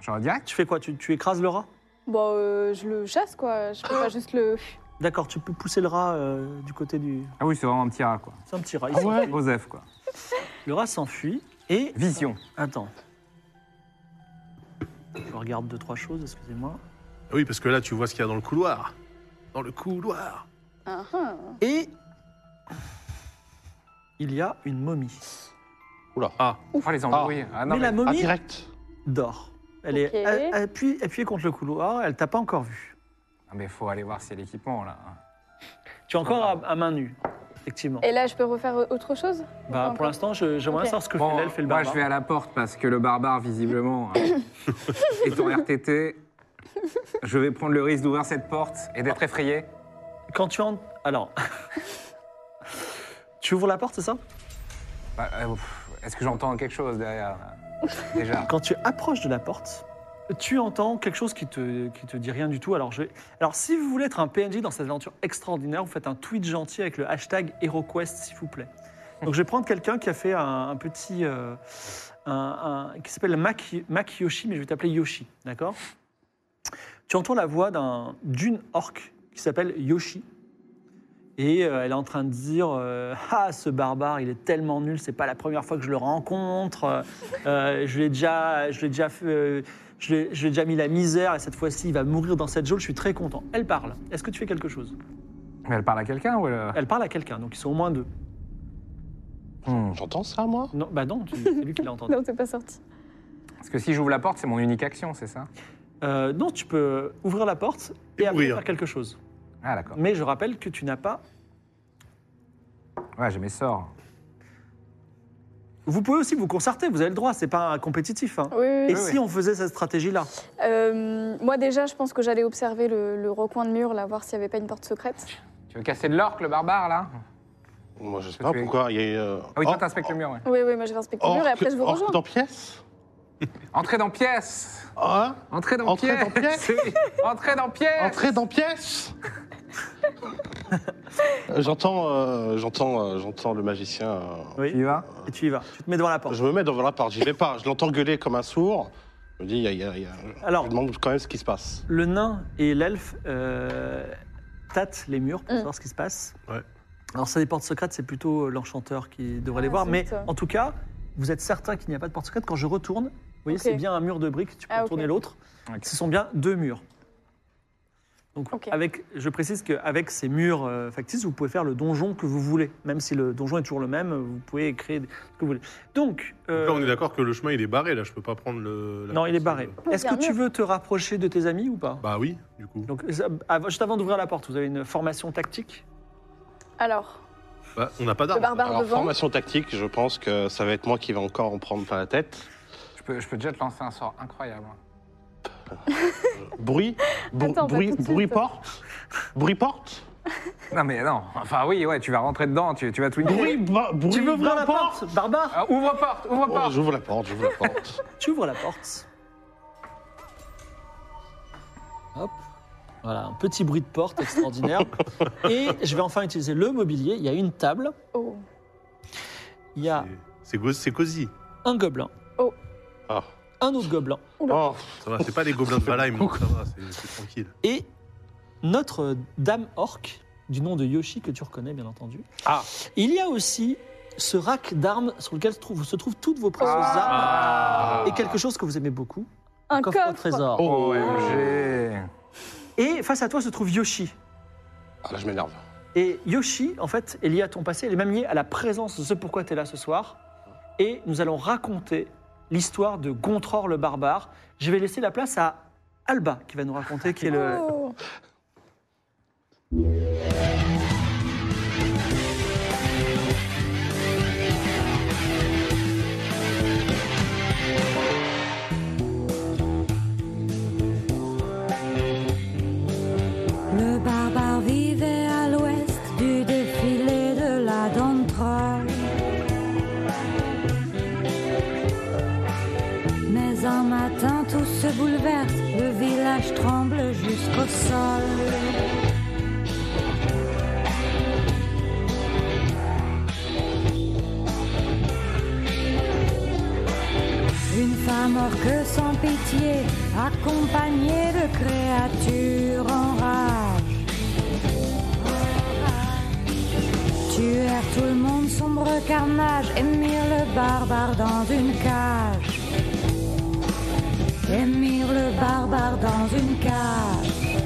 S5: genre direct
S2: Tu fais quoi tu, tu écrases le rat
S6: bon, euh, je le chasse quoi, je peux pas juste le.
S2: D'accord, tu peux pousser le rat euh, du côté du.
S5: Ah oui, c'est vraiment un petit rat, quoi.
S2: C'est un petit rat. il
S5: Ah Ouais.
S2: s'enfuit.
S5: Joseph, quoi.
S2: Le rat s'enfuit et
S5: Vision.
S2: Attends. Je regarde deux, trois choses, excusez-moi.
S4: Ah Oui, parce que là, tu vois ce qu'il y a dans le couloir. Dans le couloir.
S6: Ah, ah.
S2: Et. Il y a une momie.
S4: Ah,
S5: Oh, les embrouilles. Ah, non,
S2: mais, la
S5: mais...
S3: Ah,
S2: momie
S3: direct.
S2: dort. Elle
S6: Ok.
S2: est a- appui- appuyée contre le couloir, elle t'a pas encore vu.
S5: Ah, mais faut aller voir si l'équipement, là.
S2: Tu es encore à, à main nue, effectivement.
S6: Et là, je peux refaire autre chose
S2: Bah, pour l'instant, je- j'aimerais
S6: Ok.
S2: savoir ce que
S5: Bon,
S2: fait l'elfe et le
S5: moi,
S2: barbare.
S5: je vais à la porte parce que le barbare, visiblement, euh, est en RTT. Je vais prendre le risque d'ouvrir cette porte et d'être effrayé.
S2: Quand tu entres. Alors. tu ouvres la porte, c'est ça
S5: Bah, euh, pff, Est-ce que j'entends quelque chose derrière là Déjà.
S2: Quand tu approches de la porte, tu entends quelque chose qui te, qui te dit rien du tout. Alors, je... Alors, si vous voulez être un PNJ dans cette aventure extraordinaire, vous faites un tweet gentil avec le hashtag HeroQuest, s'il vous plaît. Donc, je vais prendre quelqu'un qui a fait un, un petit. euh, un- un- qui s'appelle Mac, Mac Yoshi, mais je vais t'appeler Yoshi, d'accord Tu entends la voix d'un- d'une orque qui s'appelle Yoshi. Et euh, elle est en train de dire euh, Ah, ce barbare, il est tellement nul, c'est pas la première fois que je le rencontre. Euh, euh, je l'ai déjà, je l'ai déjà fait, euh, je l'ai- je l'ai déjà mis la misère et cette fois-ci il va mourir dans cette geôle. Je suis très content. Elle parle. Est-ce que tu fais quelque chose
S5: Mais elle parle à quelqu'un ou elle. euh,
S2: Elle parle à quelqu'un, donc ils sont au moins deux.
S5: Hmm.
S3: J'entends ça, moi
S2: Non, bah non, tu- c'est lui qui l'a entendu.
S6: Non, t'es pas sorti.
S5: Parce que si j'ouvre la porte, c'est mon unique action, c'est ça
S2: Euh, non, tu peux ouvrir la porte et,
S4: Et
S2: après
S4: mourir.
S2: faire quelque chose.
S5: Ah, d'accord.
S2: Mais je rappelle que tu n'as pas.
S5: Ouais, j'ai mes sorts.
S2: Vous pouvez aussi vous concerter. Vous avez le droit. C'est pas un compétitif. hein.
S6: Oui, oui,
S2: Et
S6: oui.
S5: oui,
S2: si
S5: oui.
S2: on faisait cette stratégie-là
S6: Euh, moi, déjà, je pense que j'allais observer le, le recoin de mur, là, voir s'il n'y avait pas une porte secrète.
S5: Tu veux casser de l'orque, le barbare, là
S3: Moi, je sais
S5: Que
S3: pas
S5: tu es-
S3: pourquoi. Il y a. euh,
S5: Ah oui, toi,
S3: or-
S5: t'inspectes le mur, ouais.
S6: Oui, oui, moi, je vais inspecter le
S3: orque-
S6: mur et après, je vous
S3: orque
S6: rejoins.
S3: dans pièce
S5: Entrez dans pièce
S3: Hein
S5: Entrez dans
S3: Entrez dans
S5: pièce Oui. Entrez dans pièce
S3: Entrez dans pièce J'entends, euh, j'entends, euh, j'entends le magicien. euh,
S5: Tu y vas
S2: Et tu y vas. Tu te mets devant la porte.
S3: Je me mets devant la porte, j'y vais pas. Je l'entends gueuler comme un sourd. Je me dis, il y a, il y a- il y a-
S2: Alors-
S3: je me demande quand même ce qui se passe.
S2: Le nain et l'elfe euh, tâtent les murs pour
S6: Mm.
S2: savoir ce qui se passe.
S4: Ouais.
S2: Alors, ça des portes secrètes, c'est plutôt euh, l'enchanteur qui devrait les
S6: Ah,
S2: voir.
S6: zut.
S2: Mais en tout cas, vous êtes certain qu'il n'y a pas de porte secrète. Quand je retourne, vous voyez,
S6: Ok.
S2: c'est bien un mur de briques. Tu peux
S6: Ah, ok.
S2: tourner l'autre.
S5: Ok.
S2: Ce sont bien deux murs. Donc,
S6: Ok.
S2: avec, je précise qu'avec ces murs euh, factices, vous pouvez faire le donjon que vous voulez. Même si le donjon est toujours le même, vous pouvez créer des- ce que vous voulez. Donc,
S4: Donc
S2: euh,
S4: là, on est d'accord que le chemin, il est barré, là. Je peux pas prendre le. la
S2: non, il est
S4: porte,
S2: barré.
S4: euh,
S2: Est-ce que
S6: Bien
S2: tu
S6: mur.
S2: veux te rapprocher de tes amis ou pas
S4: Bah oui, du coup.
S2: Donc, ça- av- juste avant d'ouvrir la porte, vous avez une formation tactique.
S6: Alors,
S4: Bah, on n'a pas
S6: le
S4: d'armes.
S6: barbare
S3: Alors,
S6: devant.
S3: formation tactique, je pense que ça va être moi qui va encore en prendre plein la tête.
S5: je peux, je peux déjà te lancer un sort incroyable.
S3: Bruit brou-
S6: Attends, pas
S3: Bruit,
S6: tout de suite.
S3: bruit porte Bruit porte
S5: Non, mais non. Enfin, oui, ouais, tu vas rentrer dedans, tu, tu vas tout
S3: Bruit, ba- bruit
S2: Tu veux ouvrir la
S3: n'importe.
S2: porte, barbare
S5: Ah, ouvre porte, ouvre
S3: Oh,
S5: porte
S3: J'ouvre la porte, j'ouvre la porte.
S2: Tu ouvres la porte. Hop. Voilà, un petit bruit de porte extraordinaire. Et je vais enfin utiliser le mobilier. Il y a une table,
S6: Oh.
S2: il y a
S4: C'est go- c'est cosy.
S2: un gobelin,
S3: Ah.
S2: un autre gobelin
S3: Oh,
S4: Ça va, c'est pas les gobelins de Valheim, donc ça va, c'est- c'est tranquille.
S2: et notre dame orque, du nom de Yoshi, que tu reconnais bien entendu.
S3: Ah.
S2: Il y a aussi ce rack d'armes sur lequel se trouvent, se trouvent toutes vos précieuses
S5: Ah.
S2: armes et quelque chose que vous aimez beaucoup,
S6: Un
S2: coffre,
S6: coffre.
S2: au trésor.
S5: Oh, OMG.
S2: Et face à toi se trouve Yoshi.
S3: Ah, là, je m'énerve.
S2: Et Yoshi, en fait, est lié à ton passé, elle est même liée à la présence de ce pourquoi tu es là ce soir. Et nous allons raconter l'histoire de Gontror le barbare. Je vais laisser la place à Alba qui va nous raconter qui est le...
S6: Oh.
S8: Le barbare vivait à l'ouest du défilé de la Dantroy. Mais un matin tout se bouleverse, le village tremble jusqu'au sol. Une femme orque sans pitié, accompagnée de créatures en rage. Tuèrent tout le monde, sombre carnage, et mirent le barbare dans une cage. Et mirent le barbare dans une cage.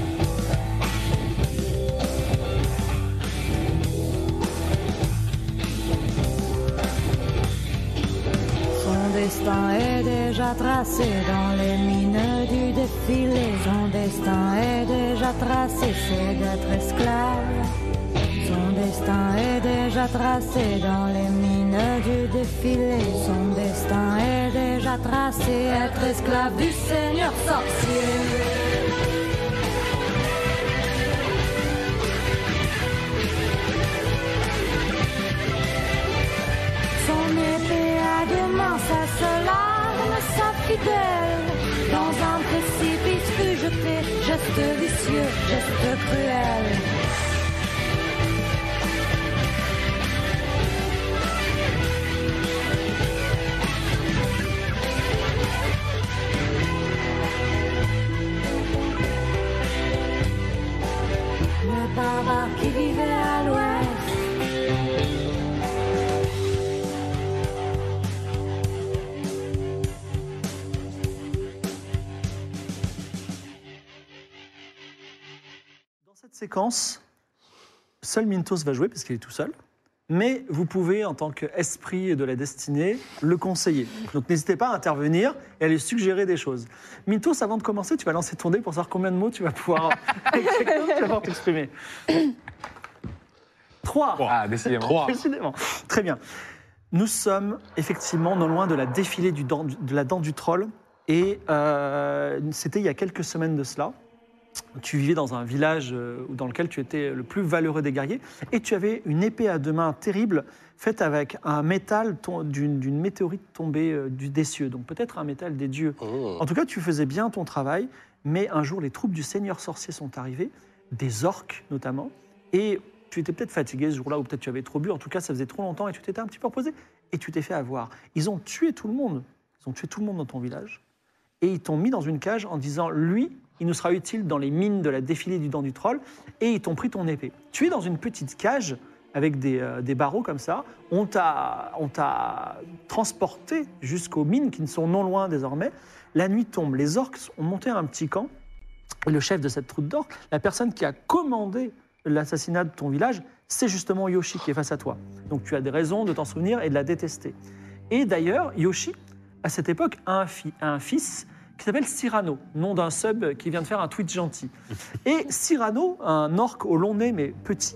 S8: Son destin est déjà tracé dans les mines du défilé. Son destin est déjà tracé, c'est d'être esclave. Son destin est déjà tracé dans les mines du défilé. Son destin est déjà tracé, être esclave du seigneur sorcier. Son épée à deux mains, sa seule arme, sa fidèle. Dans un précipice fut jeté, geste vicieux, geste cruel. Le barbare qui vivait à l'ouest.
S2: Dans cette séquence, seul Mintos va jouer parce qu'il est tout seul. Mais vous pouvez, en tant qu'esprit de la destinée, le conseiller. Donc n'hésitez pas à intervenir et à lui suggérer des choses. Mintos, avant de commencer, tu vas lancer ton dé pour savoir combien de mots tu vas pouvoir, exactement, tu vas pouvoir t'exprimer. 3.
S5: Ah, décidément.
S3: Trois.
S2: Décidément. Très bien. Nous sommes effectivement non loin de la défilée du dent- de la dent du troll. Et euh, c'était il y a quelques semaines de cela. Tu vivais dans un village euh, dans lequel tu étais le plus valeureux des guerriers. Et tu avais une épée à deux mains terrible, faite avec un métal ton- d'une d'une météorite tombée euh, du, des cieux. Donc peut-être un métal des dieux.
S3: Oh.
S2: En tout cas, tu faisais bien ton travail, mais un jour, les troupes du seigneur sorcier sont arrivées, des orques notamment, et tu étais peut-être fatigué ce jour-là, ou peut-être tu avais trop bu, en tout cas, ça faisait trop longtemps, et tu t'étais un petit peu reposé, et tu t'es fait avoir. Ils ont tué tout le monde, ils ont tué tout le monde dans ton village, et ils t'ont mis dans une cage en disant, lui, il nous sera utile dans les mines de la défilée du dent du troll, et ils t'ont pris ton épée. Tu es dans une petite cage avec des, euh, des barreaux comme ça, on t'a on t'a transporté jusqu'aux mines qui ne sont non loin désormais, la nuit tombe, les orques ont monté un petit camp. Et le chef de cette troupe d'orques, la personne qui a commandé l'assassinat de ton village, c'est justement Yoshi qui est face à toi. Donc tu as des raisons de t'en souvenir et de la détester. Et d'ailleurs, Yoshi, à cette époque, a un, fi- a un fils qui s'appelle Cyrano, nom d'un sub qui vient de faire un tweet gentil. Et Cyrano, un orque au long nez mais petit,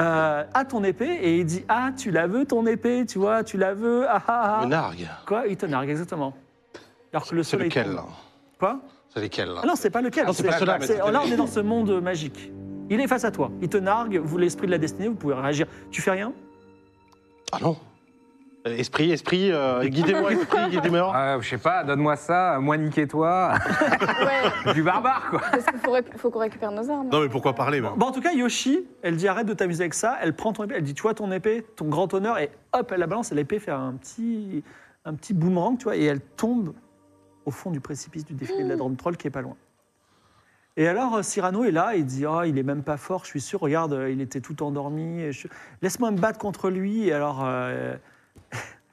S2: euh, a ton épée et il dit Ah, tu la veux ton épée, tu vois, tu la veux, ah ah
S3: Me
S2: ah.
S3: nargue.
S2: Quoi Il te nargue, exactement. Alors que le
S3: C'est
S2: soleil.
S3: lequel
S2: tombe.
S3: là
S2: Quoi
S3: C'est lequel là
S2: ah non, c'est pas lequel.
S3: Non, c'est pas celui-là, mais
S2: c'est-
S3: c'était
S2: là,
S3: le-
S2: on est dans ce monde magique. Il est face à toi. Il te nargue. Vous, l'esprit de la destinée, vous pouvez réagir. Tu fais rien
S3: Ah non Euh, Esprit, esprit, euh, guidez-moi, esprit, guidez-moi.
S5: Euh, je sais pas, donne-moi ça, moi niquez-toi.
S6: Ouais,
S5: du barbare, quoi.
S6: parce qu'il faut, récu- faut qu'on récupère nos armes.
S4: Non, mais pourquoi parler bah
S2: Bon, en tout cas, Yoshi, elle dit arrête de t'amuser avec ça. Elle prend ton épée, elle dit tu vois ton épée, ton grand honneur, et hop, elle la balance. Et l'épée fait un petit, un petit boomerang, tu vois, et elle tombe au fond du précipice du défilé de la Drôme Troll qui est pas loin. Et alors, euh, Cyrano est là, il dit ah il est même pas fort, je suis sûr, regarde, euh, il était tout endormi. et je- Laisse-moi me battre contre lui. Et alors, euh,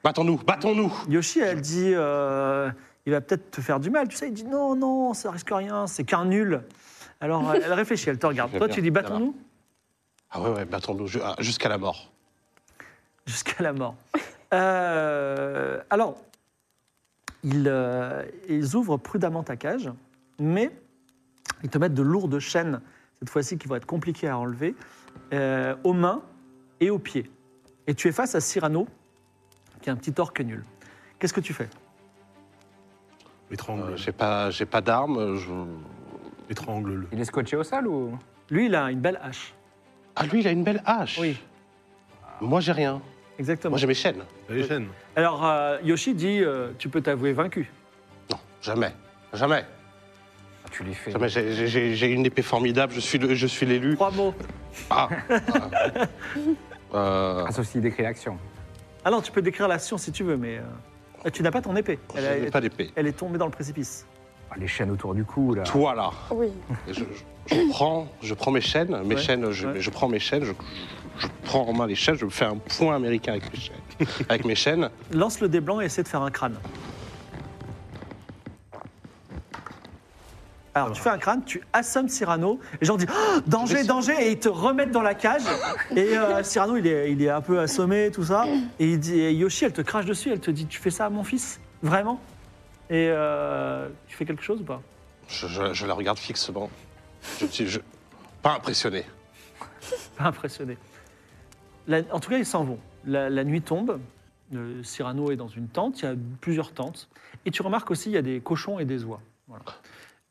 S3: Battons-nous, battons-nous.
S2: Yoshi, elle dit euh, il va peut-être te faire du mal, tu sais. Il dit non, non, ça risque rien, c'est qu'un nul. Alors, euh, elle réfléchit, elle te regarde.
S3: J'aime
S2: Toi,
S3: bien,
S2: tu dis
S3: ça va.
S2: battons-nous
S3: Ah ouais, ouais, battons-nous ju- ah, jusqu'à la mort.
S2: jusqu'à la mort. Euh, alors, ils, euh, ils ouvrent prudemment ta cage, mais ils te mettent de lourdes chaînes, cette fois-ci qui vont être compliquées à enlever, euh, aux mains et aux pieds. Et tu es face à Cyrano, qui est un petit orque nul. Qu'est-ce que tu fais
S4: Étrangle,
S3: Euh, j'ai pas, j'ai pas d'armes. je-
S4: étrangle-le.
S5: Il est scotché au sol ou
S2: Lui, il a une belle hache.
S3: Ah lui, il a une belle hache.
S2: Oui.
S3: Moi, j'ai rien.
S2: Exactement.
S3: Moi, j'ai mes chaînes.
S4: T'as les chaînes.
S2: Alors, euh, Yoshi dit euh, Tu peux t'avouer vaincu.
S3: Non, jamais, jamais,
S5: Ah, Tu les fais.
S3: jamais. J'ai- j'ai- J'ai j'ai une épée formidable. Je suis, le- je suis l'élu.
S2: Trois mots.
S3: Ah. ah. Euh,
S5: Ah, sauf s'il décrit l'action.
S2: Ah non, tu peux décrire l'action si tu veux, mais euh, tu n'as pas ton épée.
S3: je
S2: Elle,
S3: n'ai
S2: elle-
S3: pas d'épée.
S2: elle est tombée dans le précipice.
S5: Ah, les chaînes autour du cou, là.
S3: Toi là.
S6: Oui.
S3: Et je, je- je prends, je prends mes chaînes, mes
S2: Ouais,
S3: chaînes, je,
S2: ouais.
S3: je prends mes chaînes, je, je prends en main les chaînes, je me fais un point américain avec mes chaînes. avec mes chaînes.
S2: Lance le dé blanc et essaie de faire un crâne. Alors, tu fais un crâne, tu assommes Cyrano, et genre dis Ah, danger, danger, et ils te remettent dans la cage. Et euh, Cyrano, il est, il est un peu assommé, tout ça. Et, il dit, et Yoshi, elle te crache dessus, elle te dit Tu fais ça à mon fils Vraiment Et euh, tu fais quelque chose ou pas
S3: Je, je- je la regarde fixement. Je suis je- pas impressionné.
S2: Pas impressionné. La- en tout cas, ils s'en vont. La, la nuit tombe. Le Cyrano est dans une tente. Il y a plusieurs tentes. Et tu remarques aussi, il y a des cochons et des oies. Voilà.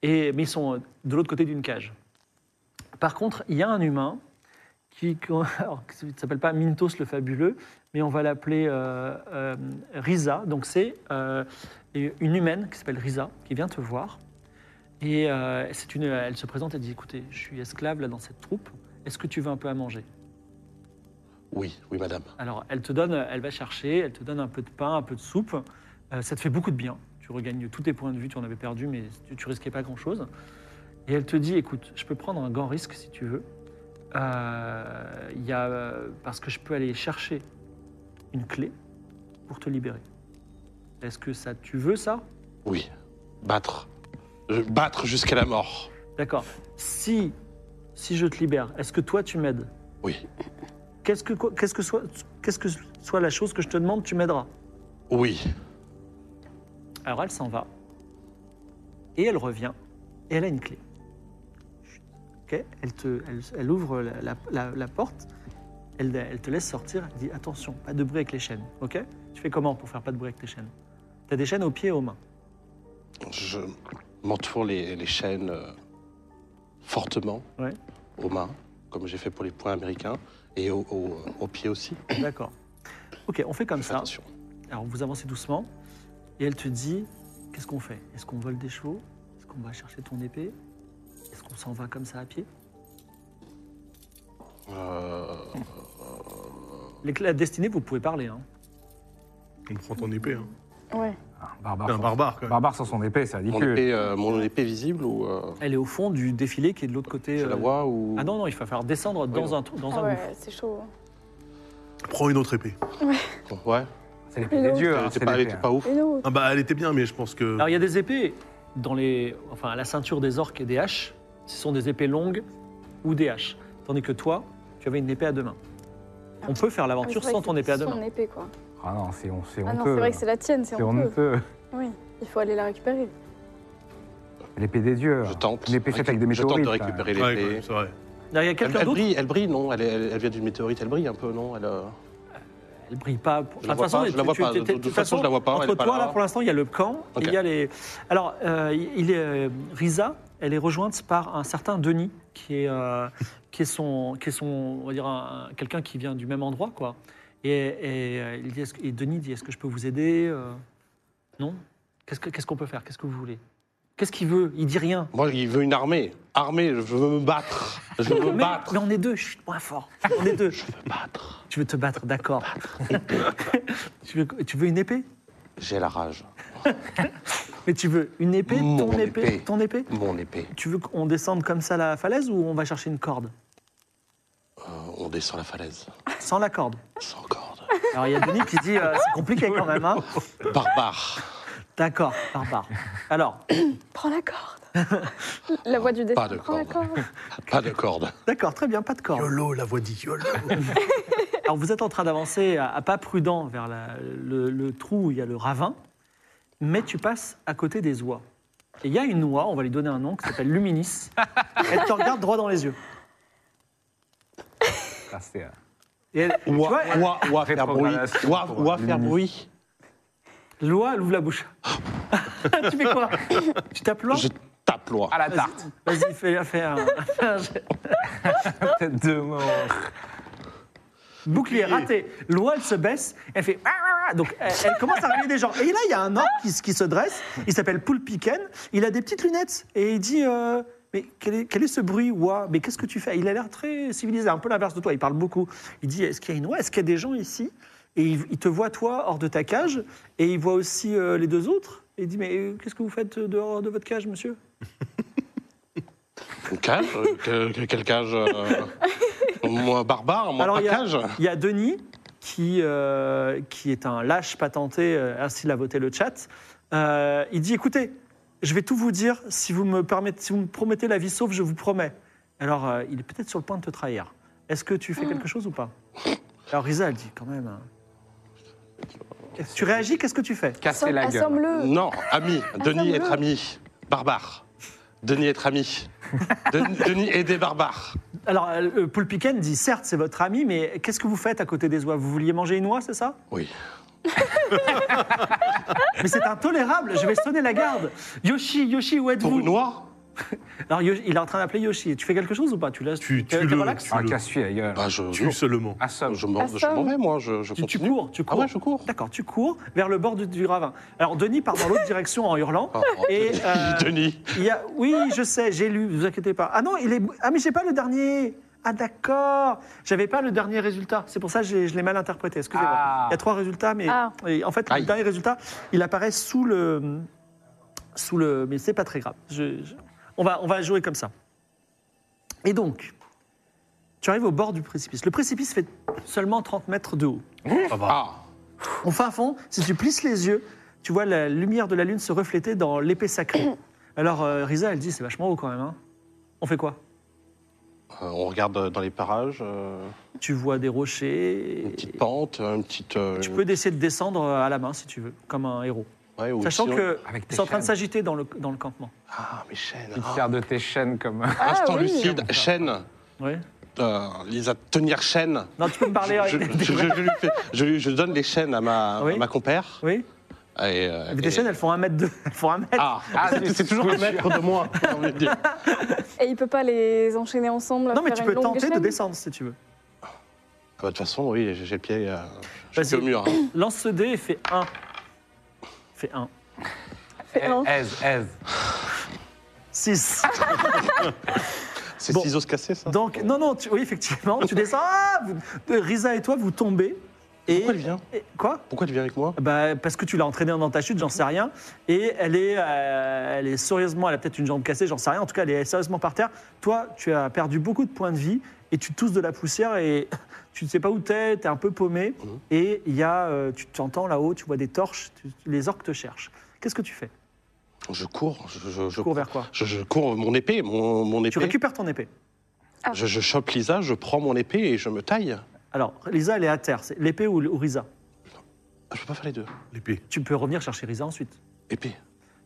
S2: Et, mais ils sont euh, de l'autre côté d'une cage. Par contre, il y a un humain qui alors, qui ne s'appelle pas Mintos le fabuleux, mais on va l'appeler euh, euh, Risa. Donc c'est euh, une humaine qui s'appelle Risa qui vient te voir. Et euh, c'est une, elle se présente et dit, écoutez, je suis esclave là dans cette troupe. Est-ce que tu veux un peu à manger
S3: Oui, oui, madame.
S2: Alors, elle te donne, elle va chercher, elle te donne un peu de pain, un peu de soupe. Euh, ça te fait beaucoup de bien. Tu regagnes tous tes points de vue, tu en avais perdu, mais tu, tu risquais pas grand-chose. Et elle te dit, écoute, je peux prendre un grand risque si tu veux. Euh, Il y a, euh, parce que je peux aller chercher une clé pour te libérer. Est-ce que ça, tu veux ça
S3: Oui. Battre. Je- battre jusqu'à la mort.
S2: D'accord. Si, si je te libère, est-ce que toi tu m'aides
S3: Oui.
S2: Qu'est-ce que quoi- qu'est-ce que soit qu'est-ce que soit la chose que je te demande, tu m'aideras.
S3: Oui.
S2: Alors elle s'en va. Et elle revient. Et elle a une clé. Chut. Ok, elle, te, elle, elle ouvre la, la- la- la porte. Elle, elle te laisse sortir. Elle dit attention, pas de bruit avec les chaînes. Ok Tu fais comment pour faire pas de bruit avec tes chaînes T'as des chaînes aux pieds et aux mains.
S3: Je m'entoure les, les chaînes euh, fortement
S2: Ouais.
S3: aux mains, comme j'ai fait pour les points américains, et au- au- aux pieds aussi.
S2: D'accord. Ok, on fait comme
S3: Je fais
S2: ça.
S3: attention.
S2: Alors vous avancez doucement. Et elle te dit qu'est-ce qu'on fait Est-ce qu'on vole des chevaux Est-ce qu'on va chercher ton épée Est-ce qu'on s'en va comme ça à pied
S3: Euh,
S2: Les- La destinée, vous pouvez parler. hein.
S4: On prend ton épée. Hein.
S6: Ouais.
S5: Ah, barbare,
S4: T'es un
S5: sans...
S4: barbare, quand même.
S5: barbare sans son épée, c'est
S3: Mon
S5: ridicule.
S3: épée, euh, mon épée visible ou euh,
S2: Elle est au fond du défilé qui est de l'autre côté.
S3: je la
S2: euh,
S3: vois ou
S2: Ah non, non, il va falloir descendre dans
S3: non.
S2: un, trou- dans
S6: Ah
S2: un
S6: ouais,
S2: gouffre.
S6: c'est chaud.
S4: Prends une autre épée.
S3: ouais
S5: C'est l'épée
S6: Mais
S5: des
S6: non.
S5: dieux,
S3: elle
S5: hein,
S3: était
S5: c'est
S3: pas, elle
S5: l'épée.
S3: était
S5: hein.
S3: pas ouf
S6: Et nous
S4: Ah bah, elle était bien, mais je pense que.
S2: Alors, il y a des épées dans les... Enfin, à la ceinture des orques et des haches. Ce sont des épées longues ou des haches. Tandis que toi, tu avais une épée à deux mains. On peut faire
S6: Ah, mais c'est
S2: l'aventure
S6: vrai
S2: sans
S6: que
S2: ton
S6: c'est
S2: épée à deux
S6: Son
S2: mains.
S6: épée, quoi.
S5: Ah non, c'est on, c'est
S6: Ah non,
S5: honteux.
S6: c'est vrai que c'est la tienne, c'est
S5: C'est
S6: honteux.
S5: honteux.
S6: Oui, il faut aller la récupérer.
S5: L'épée des dieux.
S3: je tente
S5: Une épée faite avec Euh, des
S3: je tente
S5: météorites.
S3: de récupérer
S4: Ouais,
S3: l'épée
S4: ouais, c'est vrai.
S2: Alors, il y a
S3: elle,
S2: quelqu'un
S3: elle
S2: d'autre.
S3: brille elle brille non elle, est- elle- elle vient d'une météorite elle brille un peu non elle euh,
S2: Elle brille pas. pour-
S3: Je la
S2: Enfin,
S3: vois
S2: de toute
S3: pas, je la vois
S2: tu-
S3: pas.
S2: tu-
S3: De-
S2: tu-
S3: de toute façon, je la vois pas, elle
S2: Entre
S3: est pas
S2: toi, là,
S3: là. hein.
S2: pour l'instant, il y a le camp. et
S3: Ok.
S2: il y a les... Alors, euh, il est, euh, Risa, elle est rejointe par un certain Denis, qui est, euh, qui est son, qui est son, on va dire, un- un- quelqu'un qui vient du même endroit, quoi. Et, et, euh, il dit, est-ce que- et Denis dit, est-ce que je peux vous aider Euh, Non Qu'est-ce que- qu'est-ce qu'on peut faire Qu'est-ce que vous voulez Qu'est-ce qu'il veut Il dit rien.
S3: Moi, il veut une armée. Armée, je veux me battre. Je veux me
S2: Mais,
S3: battre.
S2: mais on est deux, je suis moins fort. On est deux. Tu veux te battre, d'accord. tu, veux, tu veux une épée
S9: J'ai la rage.
S2: Mais tu veux une épée, ton
S9: Mon
S2: épée,
S9: épée.
S2: ton épée
S9: Mon épée.
S2: Tu veux qu'on descende comme ça la falaise ou on va chercher une corde
S9: Euh, on descend la falaise.
S2: Sans la corde.
S9: Sans corde.
S2: Alors il y a Denis qui dit, euh, c'est compliqué quand même. hein.
S9: Barbare.
S2: D'accord, barbare. Alors,
S6: Prends la corde. La voix du destin.
S9: Pas de
S6: Prends la
S9: corde.
S6: corde.
S9: Pas de corde.
S2: d'accord, très bien, pas de corde.
S4: YOLO, la voix dit YOLO.
S2: Alors vous êtes en train d'avancer à, à pas prudent vers la- le, le trou où il y a le ravin, mais tu passes à côté des oies. Et il y a une oie, on va lui donner un nom, qui s'appelle Luminis. Elle te regarde droit dans les yeux.
S5: Ça, c'est, euh,
S2: Et elle- tu
S3: Ouah,
S2: vois, elle-
S3: ouah, ouah, faire bruit.
S5: Réprogrammation
S3: Ouah,
S5: pour
S3: ouah,
S5: le
S3: faire
S5: ministre.
S3: bruit.
S2: l'oie, elle ouvre la bouche. tu fais quoi Tu tapes l'oie
S3: Je tape loi.
S5: À la tarte.
S2: Vas-y, fais, fais un, fais un jet.
S5: Tête de mort.
S2: Bouclier raté. L'oie, elle se baisse, elle fait. Ah, ah, ah Donc, elle, elle commence à réveiller des gens. Et là, il y a un orc qui, se- qui se dresse. Il s'appelle Poulpiken. Il a des petites lunettes. Et il dit euh, Mais quel est, quel est ce bruit, oie Mais qu'est-ce que tu fais Il a l'air très civilisé, un peu l'inverse de toi. Il parle beaucoup. Il dit Est-ce qu'il y a une oie Est-ce qu'il y a des gens ici Et il, il te voit, toi, hors de ta cage. Et il voit aussi euh, les deux autres. Et il dit Mais euh, qu'est-ce que vous faites dehors de votre cage, monsieur
S3: Une cage euh, que- que- Quelle cage euh, Moi, barbare, moi,
S2: Alors,
S3: pas
S2: il y a-
S3: cage.
S2: Il y a Denis qui, euh, qui est un lâche patenté, euh, ainsi l'a voté le chat. Euh, il dit écoutez, je vais tout vous dire. Si vous me, permettez, si vous me promettez la vie sauve, je vous promets. Alors, euh, il est peut-être sur le point de te trahir. Est-ce que tu fais quelque chose ou pas Alors, Risa, elle dit quand même. hein. Qu'est-ce- Tu réagis, qu'est-ce que tu fais
S5: Casser
S6: Assemble-
S5: la gueule.
S6: Assemble-le.
S3: Non, ami.
S2: Ah,
S3: Denis
S6: Assemble-le.
S3: être ami. Barbare. Denis être ami. Den- Denis aider barbare.
S2: Alors, euh, Paul Piquen dit certes, c'est votre ami, mais qu'est-ce que vous faites à côté des oies Vous vouliez manger une oie, c'est ça
S9: Oui.
S2: Mais c'est intolérable, je vais sonner la garde. Yoshi, Yoshi, où
S3: Pour
S2: êtes-vous
S3: une oie
S2: Alors, Yo- il est en train d'appeler Yoshi. Tu fais quelque chose ou pas Tu laisses
S4: Tu-
S2: t'es-
S4: tu
S2: t'es
S4: le-
S2: relax
S4: tu-
S5: Ah, casse-lui la gueule.
S3: bah, je,
S4: Tue
S3: non,
S4: seulement.
S5: Assomme.
S3: je m'en je m'en vais, moi. Je, je
S2: Ah, tu, tu
S3: continue.
S2: cours, tu
S3: Ah
S2: cours.
S3: ouais, je cours.
S2: D'accord, tu cours vers le bord du, du ravin. Alors Denis part dans l'autre direction en hurlant.
S3: Oh,
S2: Et,
S3: Denis,
S2: euh,
S3: Denis.
S2: Il y a, oui, je sais, j'ai lu, vous inquiétez pas. Ah non, il est. Ah mais j'ai pas le dernier. Ah d'accord, j'avais pas le dernier résultat. C'est pour ça que j'ai- je l'ai mal interprété. Excusez-moi.
S5: Ah.
S2: Il y a trois résultats, mais
S6: Ah.
S2: et en fait
S3: Aïe.
S2: le dernier résultat, il apparaît sous le, sous le. Mais c'est pas très grave. Je- je- on va on va jouer comme ça. Et donc, tu arrives au bord du précipice. Le précipice fait seulement 30 mètres de haut.
S3: Ah,
S2: Au fin fond, si tu plisses les yeux, tu vois la lumière de la lune se refléter dans l'épée sacrée. Alors euh, Risa, elle dit c'est vachement haut quand même. hein. On fait quoi
S3: euh, on regarde euh, dans les parages. euh,
S2: Tu vois des
S3: Une
S2: rochers.
S3: petite pente, une petite. euh,
S2: Tu peux essayer de descendre euh, à la main si tu veux, comme un héros.
S3: ouais, ou
S2: Sachant
S3: sinon-
S2: que
S5: Avec tes
S2: c'est en train de
S5: chaînes.
S2: s'agiter dans le, dans le campement.
S3: Ah, mes chaînes.
S5: Tu te
S3: ah.
S5: sers de tes chaînes comme.
S2: Ah
S3: Instant
S6: oui.
S3: lucide, chaîne.
S2: Oui.
S3: Euh, Lisa, tenir chaîne.
S2: Non, tu peux me parler. euh,
S3: je,
S2: avec
S3: je- je- je lui fais- je lui- je donne les chaînes à ma,
S2: Oui.
S3: à ma compère.
S2: Oui.
S3: Et, euh,
S2: Mais tes
S3: et-
S2: chaînes, elles font un mètre de. Elles font un mètre.
S3: Ah,
S5: Ah,
S3: c'est,
S5: zut,
S3: c'est toujours un
S5: je-
S3: mètre de moi. j'ai envie de dire.
S6: Et il peut pas les enchaîner ensemble.
S2: non, mais
S6: faire
S2: tu
S6: une
S2: peux
S6: longue
S2: tenter de
S6: chaîne
S2: descendre si tu veux.
S3: Ah bah, De toute façon, oui, j'ai, j'ai le pied, euh, j'ai le
S2: Vas-y.
S3: pied au mur. hein.
S2: Lance ce dé et fais 1. Fais 1.
S6: Fais un.
S5: Eh, Aise, aise.
S2: 6.
S3: C'est
S2: Bon.
S3: ciseaux cassés, ça
S2: Donc, non, non, tu- oui, effectivement, tu descends. Ah, vous- euh, Risa et toi, vous tombez. Et,
S3: Pourquoi elle vient
S2: et- Quoi
S3: Pourquoi elle vient avec moi
S2: bah, Parce que tu l'as entraînée dans ta chute, j'en sais rien. Et elle est, euh, elle est sérieusement, elle a peut-être une jambe cassée, j'en sais rien. En tout cas, elle est sérieusement par terre. Toi, tu as perdu beaucoup de points de vie et tu tousses de la poussière et tu ne sais pas où t'es, t'es un peu paumé.
S3: Mhm.
S2: Et il y a, euh, tu t'entends là-haut, tu vois des torches, tu- les orques te cherchent. Qu'est-ce que tu fais
S3: Je cours. Je, je- je-
S2: Tu cours vers quoi
S3: je- je cours mon épée, mon, mon
S2: Tu
S3: épée.
S2: récupères ton épée.
S3: Je, je chope Lisa, je prends mon épée et je me taille.
S2: Alors, Lisa, elle est à terre. C'est l'épée ou, ou Risa
S3: Ah, Je peux pas faire les deux.
S4: L'épée.
S2: Tu peux revenir chercher Risa ensuite.
S3: Épée.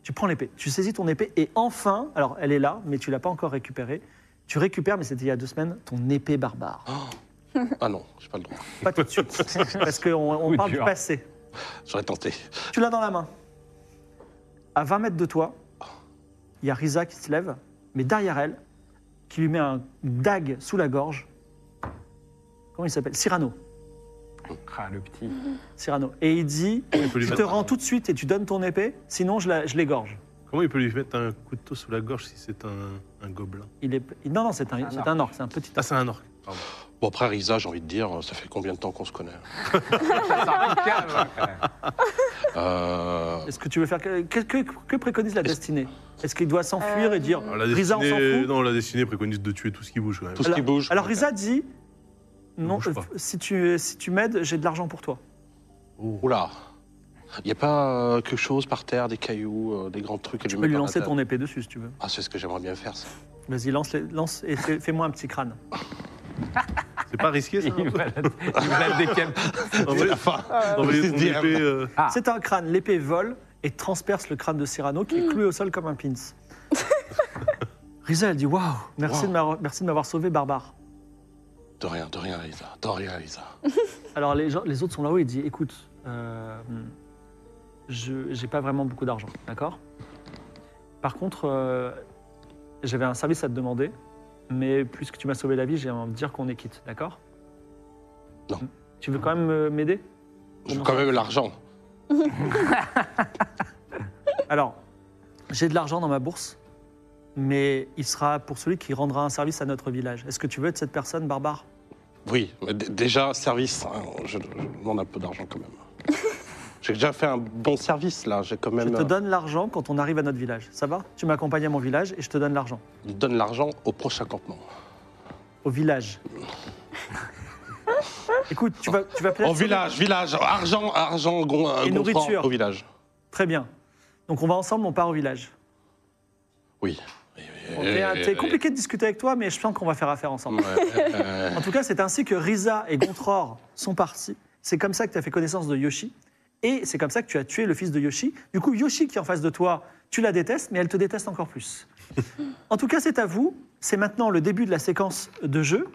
S2: Tu prends l'épée, tu saisis ton épée et enfin, alors elle est là, mais tu l'as pas encore récupérée. Tu récupères, mais c'était il y a deux semaines, ton épée barbare.
S3: Ah non, j'ai pas le droit.
S2: Pas tout de suite, parce qu'on on
S5: Coup
S2: parle
S5: dur.
S2: du passé.
S3: J'aurais tenté.
S2: Tu l'as dans la main. À 20 mètres de toi, il y a Risa qui se lève, mais derrière elle, qui lui met un dague sous la gorge. Comment il s'appelle Cyrano.
S5: Ah, le petit.
S2: Cyrano. Et il dit
S4: Comment il peut lui
S2: Tu te
S4: mettre
S2: rends tout de suite et tu donnes ton épée, sinon je la- je l'égorge.
S4: Comment il peut lui mettre un couteau sous la gorge si c'est un, un gobelin
S2: Il est... Non, non, c'est un, c'est un orc, c'est un petit
S4: Ah, c'est un orc. Pardon.
S3: Bon, après, Risa, j'ai envie de dire, ça fait combien de temps qu'on se connaît
S5: Ça arrive calme, hein, quand même.
S3: euh...
S2: Est-ce que tu veux faire que, que- que- que préconise la destinée Est-ce qu'il doit s'enfuir et dire
S3: Euh,
S4: Alors, la
S2: Risa, on s'en
S4: destinée-
S2: fout
S4: non, la destinée préconise de tuer tout ce qui bouge quand même.
S3: Tout ce qui bouge.
S2: Alors Risa dit non,
S4: bouge pas.
S2: euh, si tu si tu m'aides, j'ai de l'argent pour toi.
S3: Oula Il n'y a pas euh, quelque chose par terre, des cailloux, euh, des grands trucs à
S2: Tu
S3: lui
S2: peux
S3: mettre
S2: lui
S3: par la
S2: lancer
S3: tête
S2: ton épée dessus si tu veux.
S3: Ah, c'est ce que j'aimerais bien faire, ça.
S2: Vas-y, lance, les- lance et fais- fais-moi un petit crâne.
S4: C'est pas risqué ça
S5: Il va la- il va la décaler.
S4: Envoyer- envoyer ton
S3: C'est-à-dire-
S4: épée, euh,
S5: Ah.
S2: C'est un crâne, l'épée vole et transperce le crâne de Cyrano qui est cloué au sol comme un pins. Risa, elle dit waouh, merci
S3: Waouh.
S2: de m'avoir- merci de m'avoir sauvé, barbare.
S3: De rien, de rien, Risa. De rien, Risa.
S2: Alors les, gens- les autres sont là-haut, il dit écoute, euh, je j'ai pas vraiment beaucoup d'argent, d'accord Par contre, euh, j'avais un service à te demander, mais puisque tu m'as sauvé la vie, j'ai envie de dire qu'on est quitte, d'accord Hmm.
S3: Non.
S2: Tu veux quand même euh, m'aider
S3: Je veux quand même l'argent.
S2: Alors, j'ai de l'argent dans ma bourse, mais il sera pour celui qui rendra un service à notre village. Est-ce que tu veux être cette personne, barbare
S3: Oui, mais d- déjà, service, hein, je, je demande un peu d'argent quand même. J'ai déjà fait un bon service, là. J'ai quand
S2: Je
S3: même...
S2: te
S3: euh,
S2: donne l'argent quand on arrive à notre village, ça va Tu m'accompagnes à mon village et je te donne l'argent.
S3: Je euh, donne l'argent au prochain campement.
S2: Au village. Écoute, tu vas, tu vas peut-être
S3: Au
S2: sauver-
S3: village, village. Argent, argent, gon, euh,
S2: Et
S3: gontran,
S2: nourriture.
S3: Au village.
S2: Très bien. Donc on va ensemble, on part au village.
S3: Oui.
S2: Bon, t'es- t'es compliqué de discuter avec toi, mais je pense qu'on va faire affaire ensemble. En tout cas, c'est ainsi que Risa et Gontror sont partis. C'est comme ça que tu as fait connaissance de Yoshi. Et c'est comme ça que tu as tué le fils de Yoshi. Du coup, Yoshi qui est en face de toi, tu la détestes, mais elle te déteste encore plus. en tout cas, c'est à vous. C'est maintenant le début de la séquence de jeu.